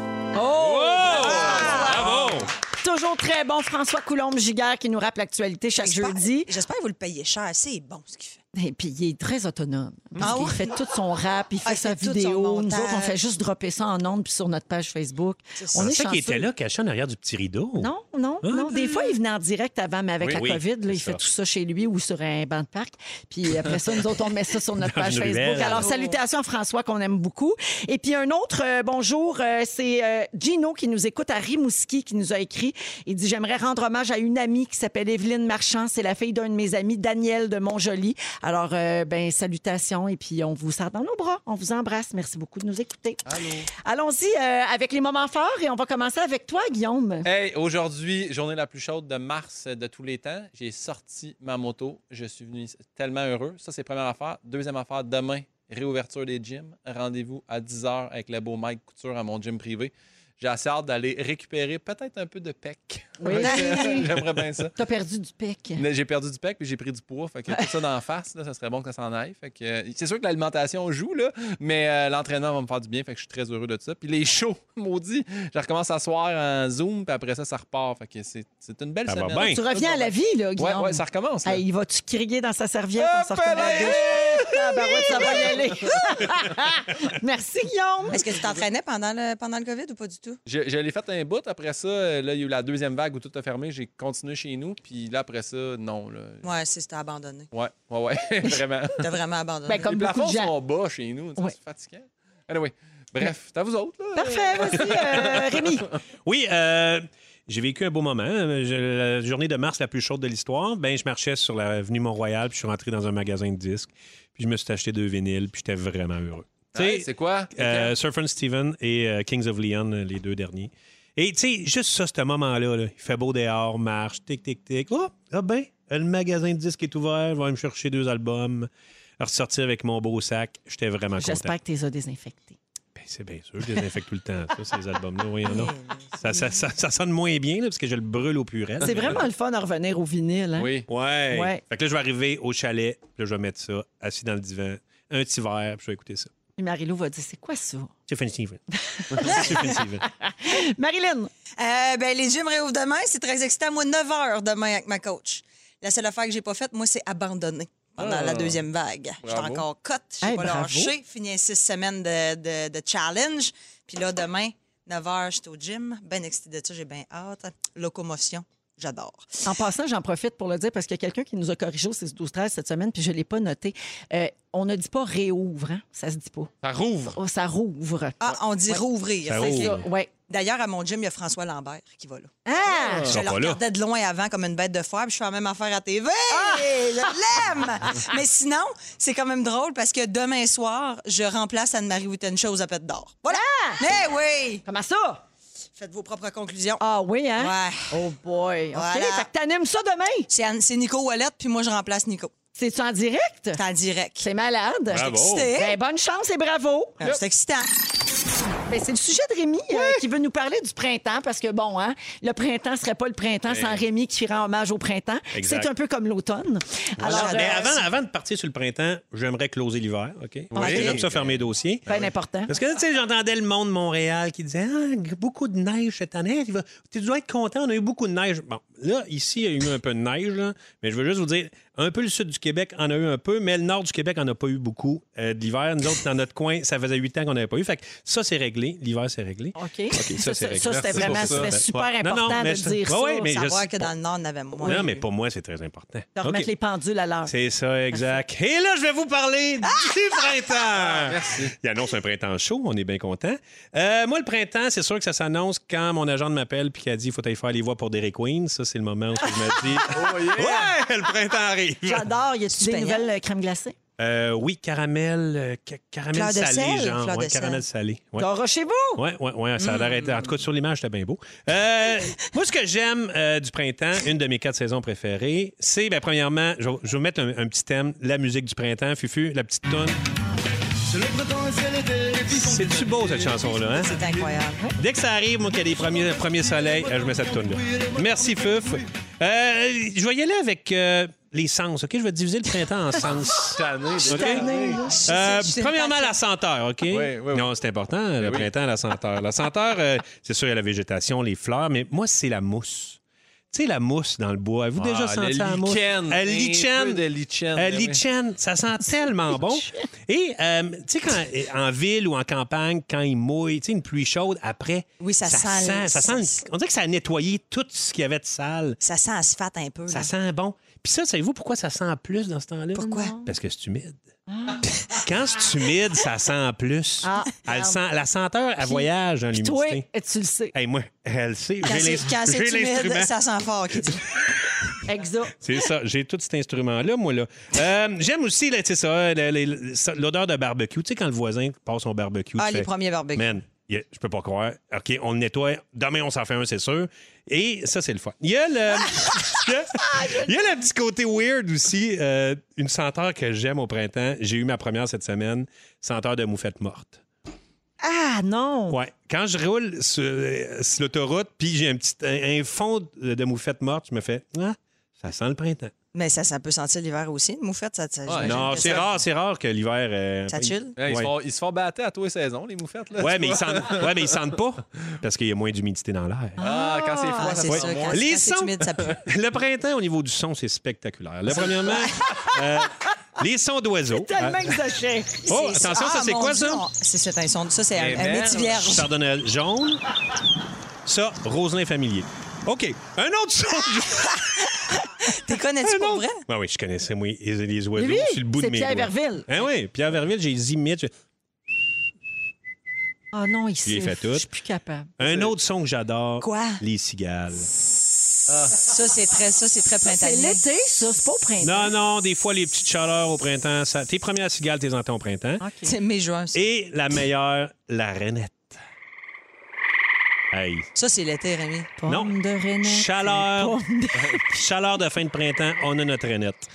B: Bravo!
A: <laughs> Toujours très bon, François Coulombe-Giguère qui nous rappe l'actualité chaque
C: J'espère-
A: jeudi.
C: J'espère que vous le payez cher. C'est bon ce qu'il fait.
A: Et puis, il est très autonome. Parce
C: Ah
A: qu'il
C: ouais?
A: fait tout son rap, il fait
C: Ah, il
A: sa
C: fait tout son
A: vidéo. Nous
C: montage.
A: autres, on fait juste dropper ça en ondes puis sur notre page Facebook.
C: ça.
A: On
B: C'est
A: est
B: ça
A: chanceux.
B: qui était là, caché en arrière du petit rideau.
A: Non, non,
B: Ah.
A: non. Des fois, il venait en direct avant, mais avec
B: Oui,
A: la
B: oui,
A: COVID, là,
B: c'est
A: il
B: ça.
A: fait tout ça chez lui ou sur un banc de parc. Puis après ça, nous autres, on met ça sur notre
B: <laughs> Dans
A: page
B: une
A: Facebook.
B: ruelle.
A: Alors, salutations à François, qu'on aime beaucoup. Et puis, un autre euh, bonjour, euh, c'est euh, Gino qui nous écoute à Rimouski, qui nous a écrit. Il dit J'aimerais rendre hommage à une amie qui s'appelle Evelyne Marchand. C'est la fille d'un de mes amis, Daniel de Montjoli. Alors, euh, ben, salutations et puis on vous serre dans nos bras. On vous embrasse. Merci beaucoup de nous écouter. Allons-y euh, avec les moments forts et on va commencer avec toi, Guillaume.
E: <laughs> Hey, aujourd'hui, journée la plus chaude de mars de tous les temps. J'ai sorti ma moto. Je suis venu ici tellement heureux. Ça, c'est première affaire. Deuxième affaire, demain, réouverture des gyms. Rendez-vous à 10h avec le beau Mike Couture à mon gym privé. J'ai assez hâte d'aller récupérer peut-être un peu de pec.
A: Oui.
E: <laughs>
C: <laughs>
E: J'aimerais bien ça.
A: T'as perdu du pec.
E: <laughs> Mais J'ai perdu du pec puis j'ai pris du poids. Fait que tout ça dans la face, là, ça serait bon que ça s'en aille. Fait que, euh, c'est sûr que l'alimentation joue, là, mais euh, l'entraînement va me faire du bien. Fait que je suis très heureux de ça. Puis les shows, <laughs> maudit, je recommence à soir en Zoom, puis après ça, ça repart. Fait que c'est, c'est une belle
B: Ça va
E: semaine.
B: bien.
A: Tu reviens à la vie, là,
E: Ouais,
A: Guillaume.
E: ouais, ça recommence. là.
A: Hey, il va-tu crier dans sa serviette en sortant de la
E: Appelez!
A: douche? Ah, ben ouais, ça va y
E: <laughs>
A: aller. <laughs> Merci, Guillaume.
C: Est-ce que tu t'entraînais pendant le, pendant le COVID ou pas du tout?
E: Je, je l'ai fait un bout. Après ça, euh, là, il y a eu la deuxième vague où tout a fermé. J'ai continué chez nous. Puis là, après ça, non. Là.
C: Ouais, c'est- c'était abandonné.
E: Ouais, ouais, ouais, <laughs>
A: <laughs>
E: vraiment.
C: T'as vraiment abandonné.
A: Ben, comme
E: Les
A: beaucoup
E: plafonds
A: de gens.
E: sont bas chez nous. tu sais,
A: Ouais.
E: C'est fatigant. Anyway, bref, c'est à vous autres. Là.
A: Parfait, vas-y, euh, Rémi.
B: Oui, euh, j'ai vécu un beau moment. Euh, je- la journée de mars la plus chaude de l'histoire, ben, je marchais sur l'avenue Mont-Royal, puis je suis rentré dans un magasin de disques, puis je me suis acheté deux vinyles, puis j'étais vraiment heureux. Tu sais,
E: Hey, c'est quoi?
B: euh, Surfer Steven et euh, Kings of Leon, les deux derniers. Et tu sais, juste ça, ce moment-là, là, il fait beau dehors, marche, tic, tic, tic. Oh, ah ben, le magasin de disques est ouvert, va me chercher deux albums, ressortir avec mon beau sac. J'étais vraiment content.
A: J'espère que tu les as désinfectés.
B: Ben, c'est bien sûr, je désinfecte tout le temps, ça, ces albums-là. Oui, non. Ça, ça, ça, ça sonne moins bien, là, parce que je le brûle au purel.
A: C'est vraiment le fun à revenir au vinyle. Hein?
E: Oui.
B: Ouais.
A: Ouais.
B: Fait que là, je vais arriver au chalet, puis là, je vais mettre ça, assis dans le divan, un petit verre, puis je vais écouter ça.
A: Puis Marie-Lou va dire, c'est quoi ça?
B: C'est fini,
A: <laughs>
B: Steven. C'est fini, Steven.
A: Marilyn,
C: Euh, ben, les gyms réouvrent demain. C'est très excitant. Moi, 9 h demain avec ma coach. La seule affaire que j'ai pas faite, moi, c'est abandonner pendant
E: Ah.
C: la deuxième vague. J'étais
E: Bravo.
C: encore cote. J'ai
A: Hey,
C: pas
A: bravo.
C: lâché. Fini six semaines de, de- de challenge. Puis là, demain, 9 h, j'étais au gym. Ben excité de ça. J'ai bien hâte. Locomotion. J'adore.
A: en passant, j'en profite pour le dire parce qu'il y a quelqu'un qui nous a corrigé au 6-12-13 cette semaine, puis je ne l'ai pas noté. Euh, on ne dit pas réouvre, hein? ça se dit pas.
E: Ça rouvre.
A: Oh, ça rouvre.
C: Ah, on dit rouvrir.
B: Ça
C: C'est
B: rouvre.
C: ça.
B: rouvre.
A: Ouais.
C: D'ailleurs, à mon gym, il y a François Lambert qui va là.
A: Ah!
C: Je
B: sera
C: le
B: pas là.
C: regardais de loin avant comme une bête de foire, puis je fais la même affaire à TV.
A: Ah!
C: Je l'aime! <laughs> Mais sinon, c'est quand même drôle parce que demain soir, je remplace Anne-Marie Wittenchaw aux Apettes d'or. Voilà! Mais oui!
A: Ah! Comment ça?
C: Faites vos propres conclusions.
A: Ah oui, hein?
C: Ouais.
A: Oh boy. OK,
C: Voilà.
A: fait que t'animes ça demain.
C: C'est Anne- c'est Nico Wallet, puis moi, je remplace Nico.
A: C'est-tu en direct?
C: C'est en direct.
A: C'est malade.
B: Bravo.
C: Excité?
A: Ben, bonne chance et bravo.
C: Ah, C'est excitant.
A: Ben, c'est le sujet de Rémi euh, qui veut nous parler du printemps parce que, bon, hein, le printemps serait pas le printemps sans Rémi qui rend hommage au printemps.
B: Ben. Exact.
A: C'est un peu comme l'automne. Alors,
B: Mais
A: euh,
B: avant, avant de partir sur le printemps, j'aimerais closer l'hiver, OK? J'aime ça faire mes dossiers.
A: c'est bien important.
B: Parce que, tu sais, j'entendais le monde de Montréal qui disait Ah, beaucoup de neige cette année. Tu vas- Tu dois être content, on a eu beaucoup de neige. Bon, là, ici, il y a eu un peu de neige, là, mais je veux juste vous dire un peu le sud du Québec en a eu un peu, mais le nord du Québec en a pas eu beaucoup euh, de l'hiver. Nous autres, dans notre coin, ça faisait huit ans qu'on n'avait pas eu. Fait que ça, c'est réglé. L'hiver, c'est réglé.
A: OK.
B: ça,
A: ça,
B: c'est
A: ça,
B: réglé.
A: ça, c'était
B: Merci
A: vraiment
B: pour ça.
A: c'était super
B: Ouais. Non,
A: important
B: non, mais
A: de
B: je-
A: dire
B: Ouais,
A: ça.
B: ouais, mais je-
C: Savoir
B: sais
C: que
B: pas.
C: dans le Nord, on en avait moins.
B: Non, mais pour moi, c'est très important.
A: De
B: OK.
A: remettre les pendules
B: <laughs>
A: à l'heure.
B: C'est ça, exact. Et là, je vais vous parler
C: Ah!
B: du
C: <laughs>
B: printemps.
E: merci.
B: Il annonce un printemps chaud, on est bien content. Euh, moi, le printemps, c'est sûr que ça s'annonce quand mon agent m'appelle puis qu'elle dit il faut aller faire les voix pour Derek Queen. Ça, c'est le moment où je me
C: <laughs>
B: dis
C: Oh,
B: Ouais, le printemps arrive.
A: J'adore. Y a-tu des
C: payant.
A: nouvelles euh, crèmes glacées?
B: Euh, oui, caramel, euh, ca- caramel
C: Fleur de
B: salé,
C: sel,
B: genre.
C: fleur
B: Ouais,
C: de
B: caramel salé. Ouais.
A: T'auras chez vous?
B: Oui, oui, oui, ça a l'air d'être- En tout cas, sur l'image, c'était bien beau. Euh, moi, ce que j'aime euh, du printemps, une de mes quatre saisons préférées, c'est, ben, premièrement, je vais je vais vous mettre un, un petit thème, la musique du printemps, Fufu, la petite tonne. C'est-tu beau, cette chanson-là, hein?
C: C'est incroyable.
B: Dès que ça arrive, moi, qu'il y a des premiers, premiers soleils, euh, je mets cette toune-là. Merci, Fuf. Euh, je vais y aller avec euh, les sens, OK? Je vais diviser le printemps
E: <laughs>
B: en sens. OK? Euh, premièrement, la senteur, OK?
E: oui, oui.
B: Non, c'est important, le printemps, la senteur. La senteur, euh, c'est sûr, il y a la végétation, les fleurs, mais moi, c'est la mousse. Tu sais, la mousse dans le bois. Avez-vous déjà
E: Ah,
B: senti la mousse? Euh, Elle lichenne.
E: de lichen.
B: Euh,
E: mais oui.
B: lichen, ça sent tellement bon. Et euh, tu sais, quand euh, en ville ou en campagne, quand il mouille, tu sais, une pluie chaude, après,
C: Oui, ça sent le-
B: ça sent le- on dirait que ça a nettoyé tout ce qu'il y avait de sale.
C: Ça sent asphalte un peu.
B: Ça
C: là.
B: sent bon. Puis ça, savez-vous pourquoi ça sent plus dans ce temps-là?
C: Pourquoi?
B: Parce que c'est humide. <laughs> Quand c'est humide, ça sent plus.
A: Ah,
B: elle sent, la senteur, elle voyage dans
A: Toi,
B: l'humidité.
A: tu le sais.
B: Hey, moi, elle sait.
C: Quand
B: J'ai
C: c'est-
B: l'ins-
C: quand
B: j'ai
C: c'est humide,
B: l'instrument.
A: <laughs>
C: ça sent fort. qui dit.
A: Exo.
B: C'est ça. J'ai tout cet instrument-là, moi, là. Euh, J'aime aussi, là, tu sais, ça, euh, les- les- ça, l'odeur de barbecue. Tu sais, quand le voisin passe son barbecue.
C: Ah,
B: tu
C: les
B: fais,
C: premiers barbecues.
B: Man, y a- je peux pas croire. OK, on le nettoie. Demain, on s'en fait un, c'est sûr. Et ça, c'est le fun. Il y a
C: <laughs>
B: le... <laughs> il y a- il y a le petit côté weird aussi. Euh, une senteur que j'aime au printemps. J'ai eu ma première cette semaine. Senteur de moufette morte.
A: Ah non!
B: Ouais. Quand je roule sur, euh, sur l'autoroute, puis j'ai un petit un, un fond de, de moufette morte, je me fais Ah, ça sent le printemps.
C: Mais ça, ça peut sentir l'hiver aussi, une moufette. Ça, ça- Ah, j'imagine
B: non,
C: que
B: c'est
C: ça-
B: rare, c'est rare que l'hiver. euh,
C: Ça chill?
E: Ouais, Hein, ils, se
B: Ouais.
E: font, ils se font battre à tous les saisons, les moufettes. Là,
B: Ouais,
E: tu
B: mais ils
E: vois.
B: sentent, ouais, mais ils sentent pas parce qu'il y a moins d'humidité dans l'air.
E: Ah, quand c'est froid,
C: Ah,
E: ça
C: c'est
E: sent
C: ça,
E: moins.
C: quand-
B: Les
C: quand c'est
B: sons.
C: humide, ça pue.
B: <laughs> Le printemps, au niveau du son, c'est spectaculaire. Le premièrement, euh, les sons d'oiseaux.
A: Tellement
B: Euh,
A: exagéré.
B: oh, attention, ça,
C: Ah,
B: c'est
C: mon
B: quoi
C: Dieu,
B: ça?
C: on- C'est c'est un son. Ça, c'est
E: Eh
C: un, un
E: ben,
C: métier vierge.
B: Chardonnay jaune. Ça, Roselin familier. OK. Un autre son.
C: <laughs> T'es connais-tu Ah, pour vrai?
B: Ben oui, je connaissais moi, les, les oiseaux
A: Lui,
B: sur le bout de
A: c'est
B: mes
A: Pierre
B: doigts.
A: Verville.
B: Hein, oui, Pierre Verville, j'ai les imite. je-
A: Ah non, il
B: lui ai
A: siffle.
B: fait tout.
A: Je suis plus capable.
B: Un autre son que j'adore.
C: Quoi?
B: Les cigales.
C: Ça, c'est très, ça, c'est très
A: C'est
C: printanier.
A: l'été, ça. C'est pas au
B: Non,
A: printemps.
B: non, des fois, les petites chaleurs au printemps. Ça... Tes premières cigales, tes entends au printemps.
C: C'est mes juin. Ça,
B: Et la meilleure, la renette. Hey.
C: Ça, c'est l'été, Rémi.
A: Pomme
B: Non.
A: de renette.
B: Chaleur.
A: Pomme de-
B: <laughs> Chaleur de fin de printemps, on a notre renette.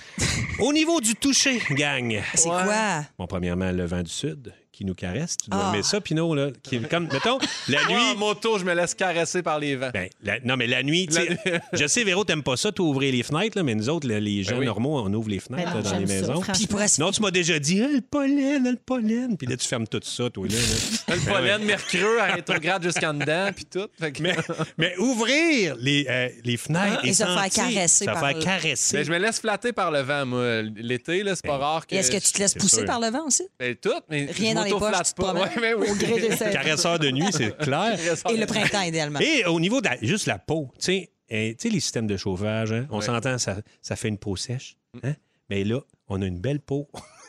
B: Au niveau du toucher, gang.
C: C'est quoi?
B: Bon, premièrement, le vent du sud qui nous caresse. Tu dois
C: Ah.
B: aimer ça, Pinot, là. Qui est comme, mettons, la
E: Moi, <laughs> en
B: nuit.
E: moto, je me laisse caresser par les vents.
B: Ben, la- non, mais la nuit, tu
E: La
B: sais,
E: nuit.
B: <laughs>
E: Ben
B: je sais, Véro, t'aimes pas ça, toi, ouvrir les fenêtres, là, mais nous autres, les, les gens
E: oui.
B: normaux, on ouvre les
A: Mais
B: fenêtres
A: Ben
B: là,
A: non,
B: dans les
A: j'aime ça,
B: maisons.
A: franchement.
C: Puis il pourrait se-
B: Non, tu m'as déjà dit, Ah, le pollen, ah, le pollen. Puis là, tu fermes tout ça, toi, là. Ben là.
E: Le pollen mercureux à
B: <laughs>
E: rétrograde jusqu'en dedans, puis tout. Fait que-
B: Mais,
E: <laughs>
B: mais Ben, ouvrir les, euh, les fenêtres et,
C: Ah, Et se faire
B: sentir, se
C: caresser par
B: faire
C: le-
B: caresser. Ben,
E: Mais Ben, je me laisse flatter par le vent, moi. L'été, là, c'est pas rare que.
C: Et Est-ce que tu te laisses
B: c'est
C: pousser
B: sûr.
C: par le vent aussi?
E: Ben, tout, mais.
C: Rien
E: je
C: dans les
E: m'auto-flatte
C: poches, tu te
E: pas.
C: promènes.
E: Ouais, mais oui.
A: Au gré des saisons.
B: Caresseur de nuit, c'est clair.
C: Et le printemps, idéalement.
B: Et au niveau de la- juste la peau, tu sais, hein, tu sais, les systèmes de chauffage, hein, on
E: Ouais. Mm.
B: s'entend, ça, ça fait une peau sèche. hein? Mais là, on a une belle peau.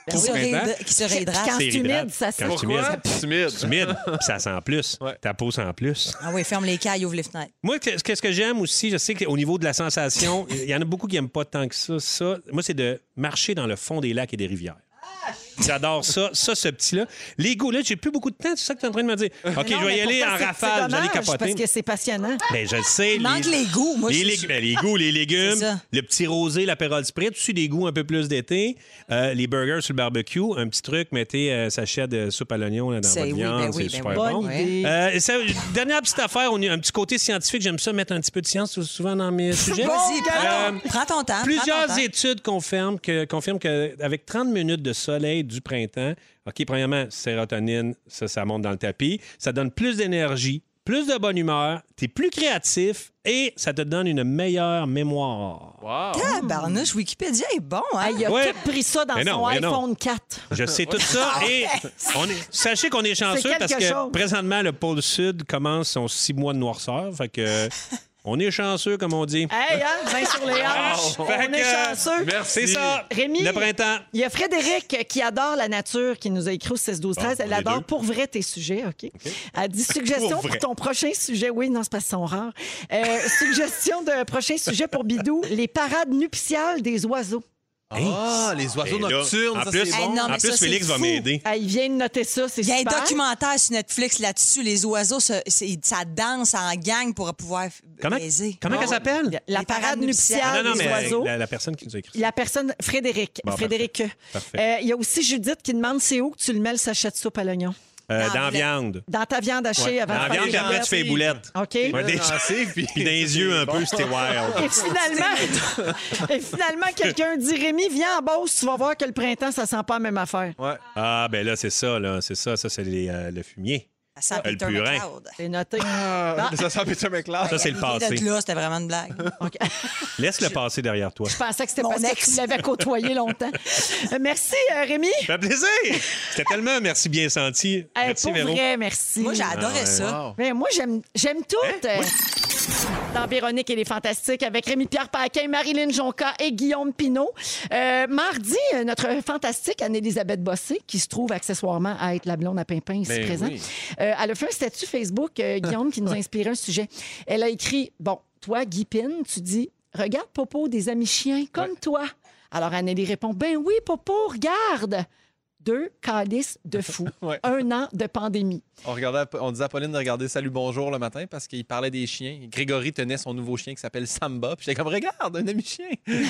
C: Qui se,
B: printemps.
C: réhyd- qui se
A: Puis
C: réhydrate.
A: Quand
B: <laughs> C'est
A: c'est
B: hydrate.
A: humide, ça sent.
B: Quand-
A: <laughs>
E: Pourquoi?
B: humide.
E: C'est humide.
B: C'est humide, puis ça sent plus.
E: Ouais.
B: Ta peau sent plus.
C: Ah oui, ferme les cailles, ouvre les fenêtres.
B: Moi, qu'est- qu'est-ce que j'aime aussi, je sais qu'au niveau de la
A: <laughs>
B: sensation, il y en a beaucoup qui n'aiment pas tant que ça. ça moi, c'est de marcher dans le fond des lacs et des rivières.
A: Ah!
B: J'adore ça, ça, ce petit-là. Les goûts, là, j'ai plus beaucoup de temps, c'est ça que tu es en train de me
A: <laughs>
B: dire. OK,
A: Non,
B: je vais y
A: mais
B: aller
A: pourquoi
B: en
A: c'est-
B: rafale,
A: c'est
B: j'allais
A: dommage,
B: capoter.
A: Parce que c'est passionnant.
B: Ben, je le sais.
C: Il manque les goûts. Moi,
B: les,
C: je-
B: lég- ben, les goûts, les légumes,
C: <laughs> C'est ça.
B: le petit rosé, l'apérole spray, dessus des goûts un peu plus d'été, euh, les burgers sur le barbecue, un petit truc, mettez un sachet de soupe à l'oignon là, dans
C: C'est-
B: votre
C: oui, ben
B: viande,
C: oui,
B: c'est
C: ben
B: super
C: oui.
B: bon.
A: Bonne
C: ouais.
A: idée.
B: Euh, ça, dernière petite affaire, on a un petit côté scientifique. J'aime ça mettre un petit peu de science souvent dans mes sujets.
C: <laughs> Vas-y, prends,
B: Euh,
C: ton, prends ton temps. prends ton
B: Plusieurs
C: temps.
B: études confirment que, confirment que avec 30 minutes de soleil du printemps, OK, premièrement, sérotonine, ça, ça monte dans le tapis. Ça donne plus d'énergie, plus de bonne humeur, t'es plus créatif et ça te donne une meilleure mémoire.
E: Wow.
C: Tabarnouche, Wikipédia est bon, hein?
A: Ah, il a
B: Ouais.
A: tout pris ça dans
B: Mais non,
A: son
B: mais non.
A: iPhone 4.
B: Je sais tout ça
C: Ah,
B: et
A: <laughs>
B: on est- sachez qu'on est chanceux
A: quelque
B: parce que
A: chose.
B: présentement, le pôle sud commence son six mois de noirceur. Fait que on est chanceux, comme on dit.
A: Hey, hein, main sur les hanches.
B: Wow.
A: On
B: Fait
A: est
B: que-
A: chanceux.
E: Merci.
B: C'est ça,
A: Rémi.
B: le printemps.
A: Il y a Frédéric qui adore la nature, qui nous a écrit au 16 12 13
B: Bon,
A: Elle
B: Ah, les
A: adore
B: deux.
A: pour vrai tes sujets, OK? Elle dit suggestion
B: <laughs> Pour
A: pour
B: vrai.
A: ton prochain sujet. Oui, non, c'est parce qu'ils sont rares.
B: <laughs>
A: Euh, suggestion de prochain sujet pour Bidou les parades nuptiales des oiseaux.
E: <laughs> Ah, les oiseaux
B: Et Ben là,
E: nocturnes,
B: en
E: ça,
B: plus,
E: c'est bon.
C: Hey, non,
B: en
C: mais
B: plus
C: ça, c'est
B: Félix va
C: fou.
B: m'aider.
A: Ah, il vient de noter ça, c'est
C: Il y a un
A: super.
C: documentaire sur Netflix là-dessus. Les oiseaux, se- c'est- ça danse en gang pour pouvoir f-
B: Comment,
C: baiser.
B: comment qu'elle s'appelle?
A: Ah, La
C: Les
A: parade
C: parades
A: nuptiale
C: nuptiales.
B: non, non,
A: des
B: mais
A: oiseaux.
B: La, la personne qui nous a écrit ça.
A: La personne, Frédéric.
B: Bon,
A: Frédéric.
B: Parfait.
A: Euh, Il y a aussi Judith qui demande c'est où que tu le mets le sachet de soupe à l'oignon?
B: Euh,
C: Dans
B: dans la
C: la-
B: viande.
A: Dans ta viande hachée avant
B: Dans la
A: de faire
B: viande,
A: les
B: puis après, tu fais les boulettes.
A: OK.
B: Ouais, des- <laughs>
A: Ah,
E: Lancé, puis-
B: Puis dans les yeux un peu, c'était wild. <laughs>
A: Et finalement, <laughs> et finalement quelqu'un dit Rémi, viens en Beauce, tu vas voir que le printemps, ça sent pas la même affaire.
E: Ouais.
B: Ah, ben là, c'est ça, là. C'est ça, ça, c'est les, euh, le fumier. Euh,
C: Ça sent
B: Le
C: Peter
B: purin.
C: McLeod.
A: C'est noté.
E: Ah, Ça sent Peter McLeod.
B: Ça, c'est le
C: L'idée d'être
B: passé.
C: là, c'était vraiment une blague.
A: OK. Je
B: Laisse le passé derrière toi.
A: pensais que c'était
C: Mon
A: parce que
C: ex.
A: tu
C: <laughs>
A: l'avais côtoyé longtemps. Euh, Merci, euh, Rémi.
B: Ça fait plaisir! C'était tellement un merci bien senti.
A: Eh,
B: Merci,
A: pour
B: Véro. Ah,
A: vrai, merci.
C: Moi, j'adorais
B: ouais. Hein?
C: ça.
A: Mais moi, j'aime, j'aime tout. euh, Dans Véronique et les Fantastiques, avec Rémi-Pierre Paquin, Marilyn Jonca et Guillaume Pinault. Euh, mardi, euh, notre fantastique Anne-Élisabeth Bossé, qui se trouve accessoirement à être la blonde à Pimpin ici
E: Ben
A: présente,
E: oui.
A: euh, elle a fait un statut Facebook, euh, Guillaume, qui nous a inspiré un sujet. Elle a écrit, bon, toi, Guy Pin, tu dis... Regarde, Popo, des amis chiens comme toi. Alors, Anneli répond Ben oui, Popo, regarde. Deux calices de fou.
E: <laughs> Ouais.
A: Un an de pandémie.
E: On, regardait, on disait à Pauline de regarder Salut Bonjour le matin parce qu'il parlait des chiens. Grégory tenait son nouveau chien qui s'appelle Samba. Puis j'étais comme, regarde, un ami <laughs> chien.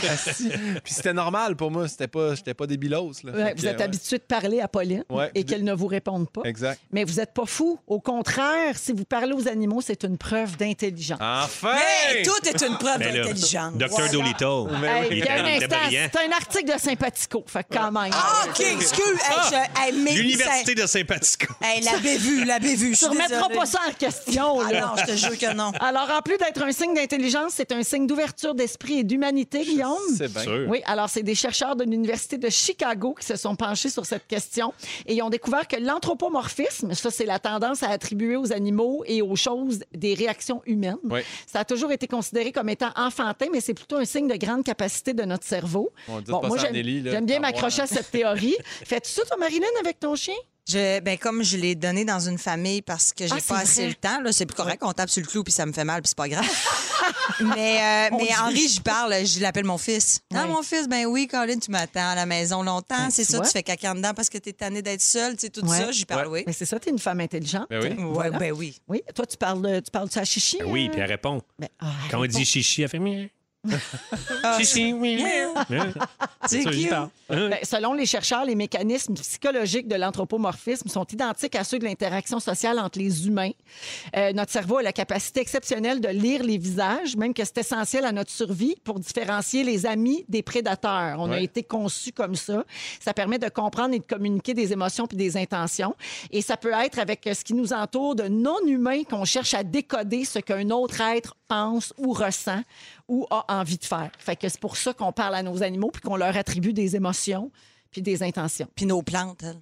E: Assis. Puis c'était normal pour moi. C'était pas, j'étais pas débilos. Là.
A: Ouais,
E: Fait
A: vous
E: que, euh,
A: êtes
E: ouais.
A: habitué de parler à Pauline
E: Ouais.
A: et qu'elle ne vous réponde pas.
E: Exact.
A: Mais vous n'êtes pas fou. Au contraire, si vous parlez aux animaux, c'est une preuve d'intelligence.
E: Enfin!
C: Mais tout est une preuve
B: Ben là,
C: d'intelligence.
B: Dr. Dolittle.
E: Ben oui.
A: Hey, il y a un
B: Il était
A: instant,
B: brillant.
A: c'est un article de Sympatico. Fait que quand même.
C: Ah, OK, excuse. Hey, je- hey, mais
B: Ah! L'université de Sympatico.
C: ça- hey, la bévue, la bévue.
A: Tu remettras pas ça en question.
C: Ah
A: là.
C: non, je te jure que non.
A: Alors, en plus d'être un signe d'intelligence, c'est un signe d'ouverture d'esprit et d'humanité, Guillaume.
E: C'est bien.
B: Sûr.
A: Oui, alors c'est des chercheurs de l'Université de Chicago qui se sont penchés sur cette question et ils ont découvert que l'anthropomorphisme, ça c'est la tendance à attribuer aux animaux et aux choses des réactions humaines.
E: Oui.
A: Ça a toujours été considéré comme étant enfantin, mais c'est plutôt un signe de grande capacité de notre cerveau.
E: Bon, dites pas
A: moi
E: ça à
A: j'aime
E: Nelly, là,
A: j'aime bien
E: pour avoir-
A: m'accrocher à cette théorie. Fais-tu ça, toi, Marilyn, avec ton chien?
C: Je- ben, comme je l'ai donné dans une famille parce que j'ai
A: Ah, c'est
C: pas assez
A: vrai.
C: le temps, là, c'est plus correct. On tape sur le clou puis ça me fait mal puis c'est
A: <laughs>
C: pas grave. mais euh, mais Henri, je parle, je l'appelle mon fils. Non,
A: Ouais.
C: mon fils, ben oui, Colin, tu m'attends à la maison longtemps.
A: Ben,
C: c'est
A: tu
C: ça,
A: vois.
C: tu fais caca en dedans parce que t'es tanné d'être seule, tu sais, tout
A: Ouais.
C: ça. J'y parle,
A: Mais c'est ça, t'es une femme intelligente.
E: Ben oui.
C: oui. Ouais,
A: Voilà.
C: Ben oui.
A: Oui, toi, tu parles, de- tu parles de ça à Chichi?
B: Ben oui,
A: hein?
B: puis elle répond.
A: Ben, ah,
B: Quand on dit chichi, elle fait Hein? mieux. chichi, mieux.
A: <laughs>
C: C'est
B: Ça, j'y
C: cute.
B: parle.
A: Ben, selon les chercheurs, les mécanismes psychologiques de l'anthropomorphisme sont identiques à ceux de l'interaction sociale entre les humains. Euh, notre cerveau a la capacité exceptionnelle de lire les visages, même que c'est essentiel à notre survie pour différencier les amis des prédateurs. On a
E: Ouais.
A: été conçus comme ça. Ça permet de comprendre et de communiquer des émotions puis des intentions. Et ça peut être avec euh, ce qui nous entoure de non-humains qu'on cherche à décoder ce qu'un autre être pense ou ressent ou a envie de faire. Fait que c'est pour ça qu'on parle à nos animaux puis qu'on leur attribue des émotions puis des intentions.
C: Puis nos plantes, elles.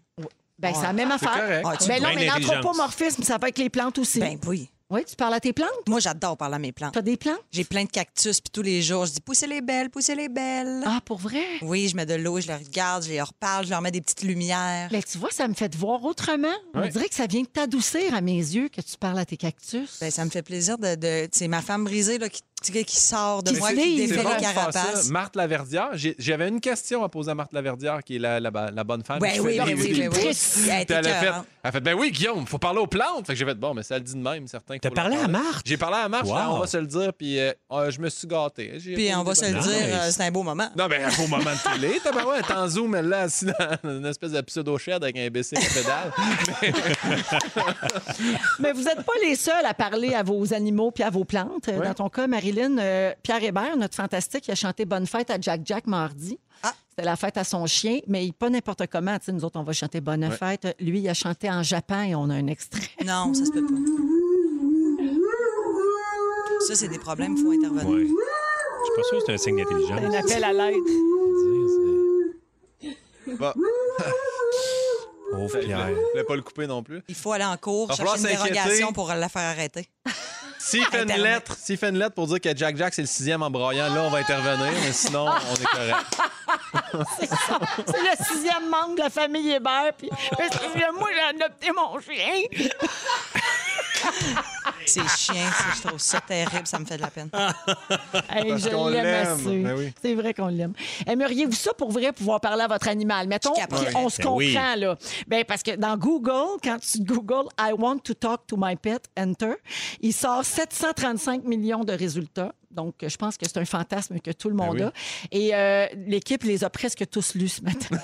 A: Ben, c'est la
C: Ouais.
A: même affaire.
E: correct.
C: Ah, tu
A: Ben non,
B: Même
A: mais
B: intelligence.
A: l'anthropomorphisme, ça va avec les plantes aussi.
C: Ben oui.
A: Oui, tu parles à tes plantes?
C: Moi, j'adore parler à mes plantes.
A: T'as des plantes?
C: J'ai plein de cactus, puis tous les jours, je dis poussez-les belles, poussez-les belles.
A: Ah, pour vrai?
C: Oui, je mets de l'eau, je les regarde, je les reparle, je leur mets des petites lumières.
A: Ben, tu vois, ça me fait te voir autrement. On
E: Ouais.
A: dirait que ça vient de t'adoucir à mes yeux que tu parles à tes cactus.
C: Ben, ça me fait plaisir de. de c'est ma femme brisée là, qui, tu sais, qui sort de
A: Qui
C: moi,
A: se
C: qui
A: livre.
C: défait
E: C'est
A: Fais
E: bon
C: les
E: que tu fasses
C: carapaces.
E: ça. Marthe Laverdière, j'ai- j'avais une question à poser à Marthe Laverdière, qui est la, la, la bonne femme.
C: Ben
E: qui fait
C: oui,
E: des-
C: ben oui,
E: des-
C: ben oui.
A: Triste.
C: Elle
E: Puis
C: était
E: elle, a fait,
C: écœurante.
E: elle a fait, ben oui, Guillaume, faut parler aux plantes. Fait que j'ai fait, bon, mais ça le dit de même, certain.
B: T'as parlé à Marthe?
E: J'ai parlé à Marthe,
B: Wow.
E: je fais, on va se le dire, puis euh, euh, je me suis gâté. J'ai
C: Puis
E: posé
C: on va
E: des
C: se le
E: bonnes-
C: dire,
B: Nice.
C: euh, c'est un beau moment.
E: Non, ben, au moment de télé, t'as pas ouais, t'es en zoom, elle là, assis dans une espèce de pseudo-shed avec un imbécile qui pédale.
A: Mais vous n'êtes pas les seuls à parler à vos animaux puis à vos plantes. Euh,
E: Ouais.
A: Dans ton cas, Marilyn, euh, Pierre Hébert, notre fantastique, il a chanté Bonne fête à Jack Jack mardi.
C: Ah.
A: C'était la fête à son chien, mais il- pas n'importe comment. Tu sais, nous autres, on va chanter Bonne fête. Lui, il a chanté en Japon et on a un extrait.
C: Non, ça se peut pas. Ça, c'est des problèmes, il faut intervenir.
B: Ouais. Je suis pas sûr que c'est un signe
A: Un
B: d'intelligence.
A: appel à l'aide.
E: Bon,
B: Oh,
E: Ben, je
B: Pierre.
E: voulais pas le couper non plus.
C: Il faut aller en cours,
E: Va
C: chercher une
E: falloir s'inquiéter.
C: dérogation pour la faire arrêter.
E: S'il fait une
C: Internet.
E: lettre, s'il fait une lettre pour dire que Jack Jack c'est le sixième en broyant, là on va intervenir, Eh, mais sinon on est correct.
A: <laughs> C'est le sixième membre de la famille Hébert. Puis, moi, j'ai adopté mon chien.
C: C'est chiant, ça, je trouve ça terrible, ça me fait de la peine.
A: <laughs> Hey,
E: Parce
A: je
E: qu'on
A: l'aime
E: l'aime.
A: assez.
E: Ben oui.
A: C'est vrai qu'on l'aime. Aimeriez-vous ça pour vrai pouvoir parler à votre animal? Mettons
C: Je capote.
A: qu'on se
B: Ben
A: comprend,
B: oui.
A: là. Ben, parce que dans Google, quand tu googles I want to talk to my pet, enter, il sort 735 millions de résultats. Donc, je pense que c'est un fantasme que tout le
E: Ben
A: monde a. Et euh, l'équipe les a presque tous lus ce
E: <laughs>
A: matin.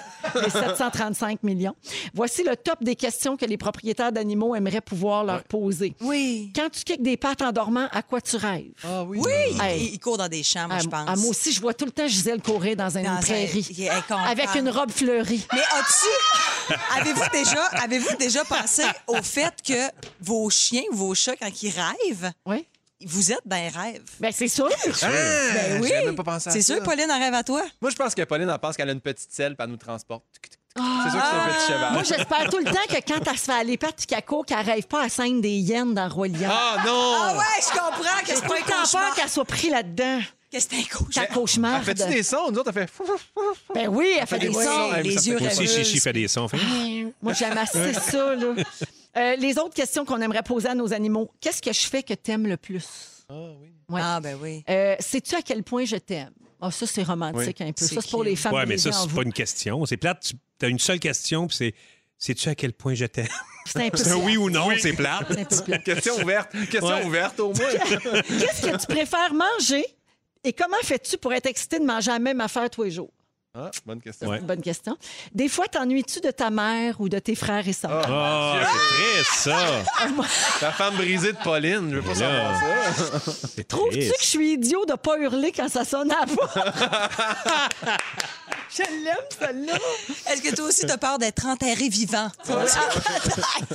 A: les 735 millions. Voici le top des questions que les propriétaires d'animaux aimeraient pouvoir leur poser.
C: Oui.
A: Quand tu kicks des pattes en dormant, à quoi tu rêves?
E: Ah oui.
C: Oui,
A: Hey.
C: il, il court dans des champs, moi,
A: Ah,
C: je pense.
A: ah, moi aussi, je vois tout le temps Gisèle courir dans une
C: Dans un-
A: prairie.
C: il est incomparable.
A: avec une robe fleurie.
C: Mais as-tu. Avez-vous déjà, avez-vous déjà pensé au fait que vos chiens, vos chats, quand ils rêvent,
A: Oui.
C: vous êtes dans les rêves?
A: Ben, c'est sûr.
E: Ben
C: oui.
E: J'avais même pas pensé à
C: C'est
E: ça.
C: sûr que Pauline en rêve à toi?
E: Moi je pense que Pauline elle pense qu'elle a une petite selle puis elle nous transporte. C'est sûr que
C: euh,
E: c'est un petit cheval.
A: Moi, j'espère tout le temps que quand elle se fait aller pattes puis qu'elle court, qu'elle rêve pas à scène des hyènes dans Roi Lion.
E: Ah non!
C: Ah ouais, je comprends que
A: J'ai
C: c'est
A: tout
C: pas un
A: le temps
C: cauchemar.
A: peur qu'elle soit prise là-dedans,
C: Que c'est un cauchemar.
A: qu'elle cauchemarde.
E: Fais-tu des sons? Nous autres, on fait. fou, fou, fou.
A: Ben oui, elle fait
C: des
A: des
C: sons.
A: sons.
C: Hey, les yeux
E: fait-
B: Si
C: rêveux.
B: chichi fait des sons, fait.
A: Moi, j'aime
B: <laughs>
A: assez ça, là. Euh, les autres questions qu'on aimerait poser à nos animaux. Qu'est-ce que je fais que t'aimes le plus? Ouais.
C: Ah, ben oui.
A: Euh, Sais-tu à quel point je t'aime? Ah, ça, c'est romantique un peu.
C: C'est
A: Ça, c'est pour les femmes
B: Ouais, mais
A: brisées
B: ça,
A: en
B: c'est
A: vous.
B: pas une question. C'est plate. Tu as une seule question, puis c'est sais-tu à quel point je t'aime?
A: C'est un peu
B: C'est un
A: plate.
B: oui ou non, c'est plate.
A: C'est un peu plate.
E: Question ouverte. Question
B: Ouais.
E: ouverte, au
A: <laughs>
E: moins.
A: Qu'est-ce que tu préfères manger et comment fais-tu pour être excité de manger la même affaire tous les jours?
E: Ah, bonne question.
B: Ouais.
A: C'est une bonne question. Des fois, t'ennuies-tu de ta mère ou de tes frères et sœurs?
B: Ah, c'est triste, ça.
E: La femme brisée de Pauline, je veux pas savoir ça.
B: C'est
A: Trouves-tu que je
B: triste.
A: suis idiot de pas hurler quand ça sonne à la porte? <laughs>
B: <laughs>
A: je l'aime, celle-là.
C: Est-ce que toi aussi, t'as peur d'être enterré vivant?
A: Ah.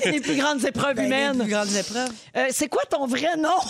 A: C'est les plus grandes épreuves
C: Ah! Ben, les
A: humaines.
C: plus grandes épreuves.
A: Euh, c'est quoi ton
B: <laughs>
A: vrai nom?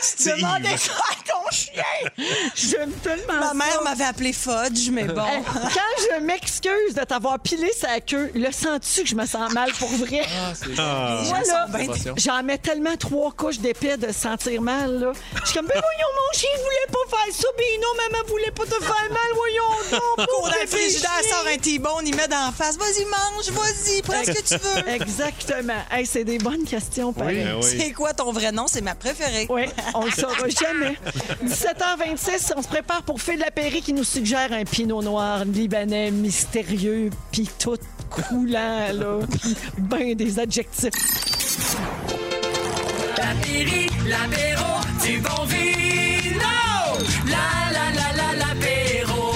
B: Steve.
C: Demandez ça <laughs> à ton chien!
A: J'aime tellement
C: Ma
A: ça.
C: mère m'avait appelé Fudge, mais bon.
A: Euh, Quand je m'excuse de t'avoir pilé sa queue, le sens-tu que je me sens mal pour vrai?
B: Ah.
C: Les gens
A: Moi, là,
C: sont bien-
A: j'en mets tellement trois couches d'épais de se sentir mal, là. Je suis comme, ben voyons, mon chien voulait pas faire ça, Bino, maman voulait pas te faire mal, voyons donc,
C: <laughs> Cours
A: pauvre
C: dans le
A: bébé
C: frigidaire,
A: chien.
C: sort un T-bone, il met dans la face. Vas-y, mange, vas-y, prends ce que tu
A: <laughs>
C: veux.
A: Exactement. Hey, c'est des bonnes questions, pareil.
B: Ben oui.
C: C'est quoi ton vrai nom? C'est ma préférée.
A: Oui, on le saura jamais. 17h26, on se prépare pour Phil Lapéry qui nous suggère un pinot noir libanais mystérieux, puis tout coulant, là, puis ben des adjectifs.
D: La Péri, l'apéro du bon vino. La la la la l'apéro.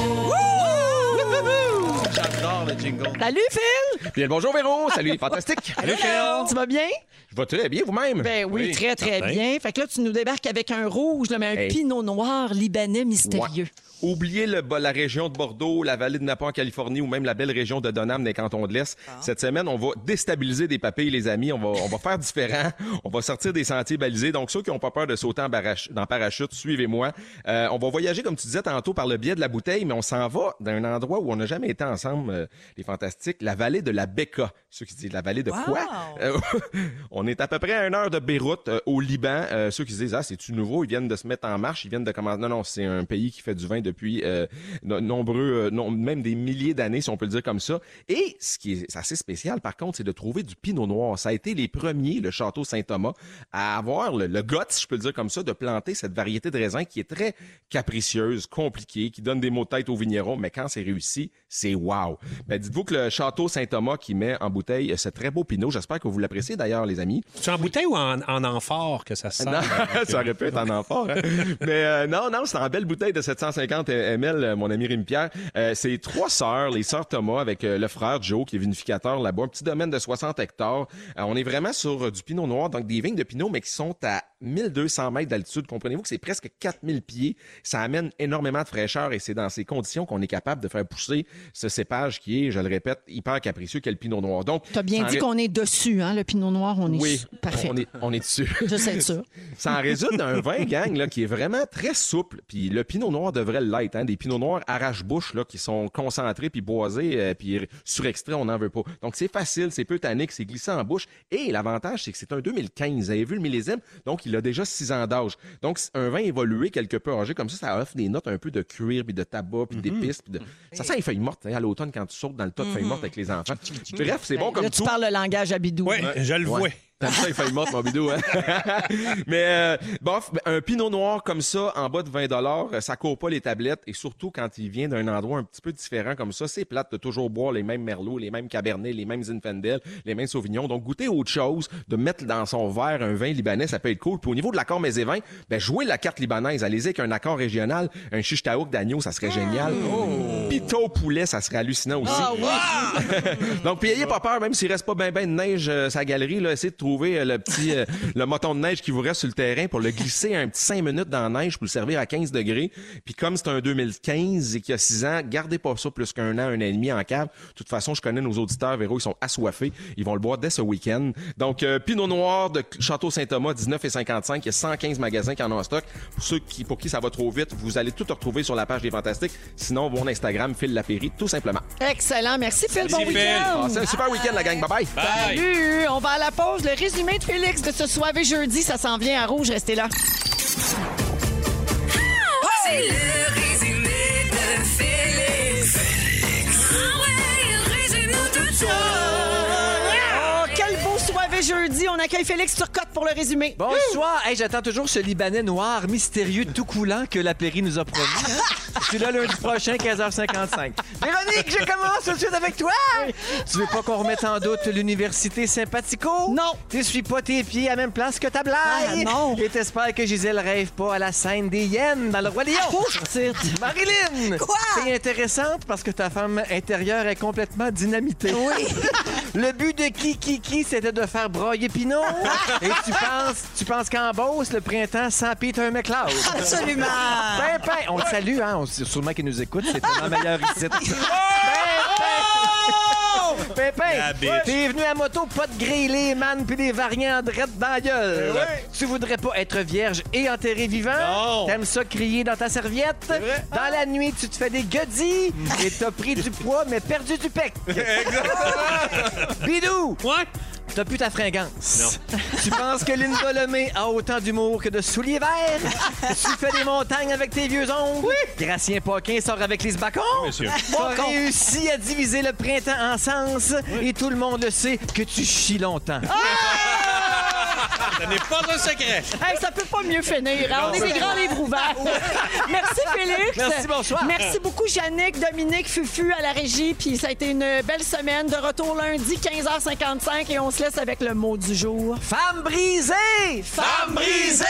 E: J'adore le jingle.
A: Salut, Phil!
J: Bien, bonjour Véro, salut, fantastique.
A: Tu vas bien?
J: Je vais très bien vous-même.
A: Ben oui,
E: Oui,
A: très, très
B: certain.
A: bien. Fait que là, tu nous débarques avec un rouge, là, mais un
J: Hey.
A: pinot noir libanais mystérieux.
J: Ouais. Oubliez le, la région de Bordeaux, la vallée de Napa en Californie ou même la belle région de Donham des cantons de l'Est. Cette semaine, on va déstabiliser des papilles, les amis. On va, on va faire différent. <laughs> On va sortir des sentiers balisés. Donc, ceux qui n'ont pas peur de sauter en barach- dans parachute, suivez-moi. Euh, on va voyager, comme tu disais tantôt, par le biais de la bouteille, mais on s'en va d'un endroit où on n'a jamais été ensemble, euh, les fantastiques, la vallée de la Becca. Ceux qui disent la vallée de
C: Wow.
J: quoi? Euh, <laughs> on est à peu près à une heure de Beyrouth, euh, au Liban. Euh, ceux qui se disent, ah, c'est-tu nouveau? Ils viennent de se mettre en marche, ils viennent de commencer. Non, non, c'est un pays qui fait du vin depuis euh, no- nombreux, euh, non- même des milliers d'années, si on peut le dire comme ça. Et ce qui est assez spécial, par contre, c'est de trouver du pinot noir. Ça a été les premiers, le château Saint-Thomas, à avoir le, le guts, si je peux le dire comme ça, de planter cette variété de raisin qui est très capricieuse, compliquée, qui donne des mots de tête aux vignerons, mais quand c'est réussi, c'est wow. Ben, dites-vous que le château Saint-Thomas qui met en bouteille ce très beau pinot, j'espère que vous l'appréciez d'ailleurs, les amis.
B: Tu es en bouteille ou en, en amphore que ça sent?
E: <laughs>
B: <laughs>
J: Non, <laughs> ça aurait pu être en amphore. hein. Mais euh, non, non, c'est en belle bouteille de 750 ml, euh, mon ami Rémi-Pierre. Euh, c'est trois sœurs, les sœurs Thomas avec euh, le frère Joe qui est vinificateur là-bas, un petit domaine de 60 hectares. Euh, on est vraiment sur euh, du pinot noir, donc des vignes de pinot, mais qui sont à 1200 mètres d'altitude. Comprenez-vous que c'est presque 4000 pieds. Ça amène énormément de fraîcheur et c'est dans ces conditions qu'on est capable de faire pousser ce cépage qui est, je le répète, hyper capricieux qu'est le pinot noir. Donc,
A: T'as bien
J: ça
A: dit
J: en-
A: qu'on est dessus, hein, le pinot noir, on est
J: oui,
A: su- parfait.
J: on est, on est dessus.
A: Je sais ça.
J: <laughs> Ça en résulte d'un vin, gang, là, qui est vraiment très souple. Puis le pinot noir devrait l'être. Hein? Des pinots noirs arrache-bouche là, qui sont concentrés, puis boisés, euh, puis surextraits, on n'en veut pas. Donc c'est facile, c'est peu tannique, c'est glissant en bouche. Et l'avantage, c'est que c'est un 2015. Vous avez vu le millésime? Donc il a déjà 6 ans d'âge. Donc c'est un vin évolué, quelque peu âgé, comme ça, ça offre des notes un peu de cuir, puis de tabac, puis d'épices. puis de... Ça sent les feuilles mortes hein, à l'automne quand tu sautes dans le tas de feuilles mortes avec les enfants. Bref, c'est bon comme
A: Ben là,
J: tout.
A: tu parles le langage abidou.
B: Oui, je le vois.
J: Ouais. T'aimes ça, il fait mort, mon bidou, hein? <laughs> Mais, euh, bof, un pinot noir comme ça, en bas de 20 euh, ça court pas les tablettes. Et surtout, quand il vient d'un endroit un petit peu différent comme ça, c'est plate de toujours boire les mêmes merlots, les mêmes cabernets, les mêmes Zinfandel, les mêmes sauvignons. Donc, goûter autre chose, de mettre dans son verre un vin libanais, ça peut être cool. Puis au niveau de l'accord mes et vins, ben, jouer la carte libanaise. Allez-y avec un accord régional, un chichtaouk d'agneau, ça serait génial. Pito poulet, ça serait hallucinant aussi. <laughs> Donc, puis ayez pas peur, même s'il reste pas ben ben de neige euh, sa galerie, là, essayez de trouver euh, le petit euh, <laughs> le moton de neige qui vous reste sur le terrain pour le glisser un petit 5 minutes dans la neige pour le servir à 15 degrés. Puis comme c'est un 2015 et qu'il y a 6 ans, gardez pas ça plus qu'un an, un an et demi en cave. De toute façon, je connais nos auditeurs, Véro, ils sont assoiffés. Ils vont le boire dès ce week-end. Donc, euh, Pinot Noir de Château Saint-Thomas, 19,55. Il y a 115 magasins qui en ont en stock. Pour ceux qui, pour qui ça va trop vite, vous allez tout retrouver sur la page des Fantastiques. Sinon, mon Instagram, Phil Lapéry, tout simplement.
A: Excellent, merci Phil,
B: Merci,
A: bon
B: Phil.
A: week-end.
J: Passez un super week-end, la gang. Bye-bye.
B: Bye.
A: Salut, on va à la pause. Le résumé de Félix de ce soir et jeudi, ça s'en vient à rouge, restez là.
D: C'est le résumé de Félix. Félix. Ah ouais, il résume nous tout ça.
A: Oh, quel beau soirée jeudi jeudi. On accueille Félix Turcotte pour le résumé.
K: Bonsoir! Hey, j'attends toujours ce Libanais noir, mystérieux, tout coulant que la Plérie nous a promis. hein. Je suis là lundi prochain, 15h55. Véronique, je commence tout de suite avec toi! Tu veux pas qu'on remette en doute l'université Sympatico? Non! Tu suis pas tes pieds à même place que ta blague! non! Et t'espères que Gisèle rêve pas à la scène des hyènes dans le Roi Lion! Marilyn! Ah, Quoi? C'est intéressante parce que ta femme intérieure est complètement dynamitée. Oui! <laughs> Le but de Kikiki, c'était de faire broyer <laughs> Pinot. Et tu penses, tu penses qu'en Beauce, le printemps sans Peter McLeod.
C: Absolument.
K: Ben, ben, on le salue, hein? On, sûrement qu'il nous écoute. C'est tellement meilleur ici.
D: <laughs> La
K: Pépin,
D: bitch.
K: t'es venu à moto, pas de grillé, man, puis des variants de dans la gueule.
D: Ouais.
K: Tu voudrais pas être vierge et enterré vivant? T'aimes ça crier dans ta serviette? Dans la nuit, tu te fais des godis et t'as pris du poids, mais perdu du pec. Bidou! Ouais? T'as plus ta fringance. tu penses que Linda Lemay a autant d'humour que de souliers verts? tu fais des montagnes avec tes vieux ongles? Gracien Paquin sort avec les bacons?
D: monsieur.
K: T'as réussi à diviser le printemps en sens et tout le monde le sait que tu chies longtemps.
B: Ça n'est pas un secret.
A: Hey, ça peut pas mieux finir. hein?
K: Non,
A: On est
K: c'est
A: des
K: ça.
A: grands livres <laughs> ouverts. <laughs> Merci, Félix.
K: Merci, bonsoir.
A: Merci beaucoup, Yannick, Dominique, Fufu à la régie. Puis ça a été une belle semaine. De retour lundi, 15h55. Et on se laisse avec le mot du jour.
K: Femme brisée!
D: Femme brisée!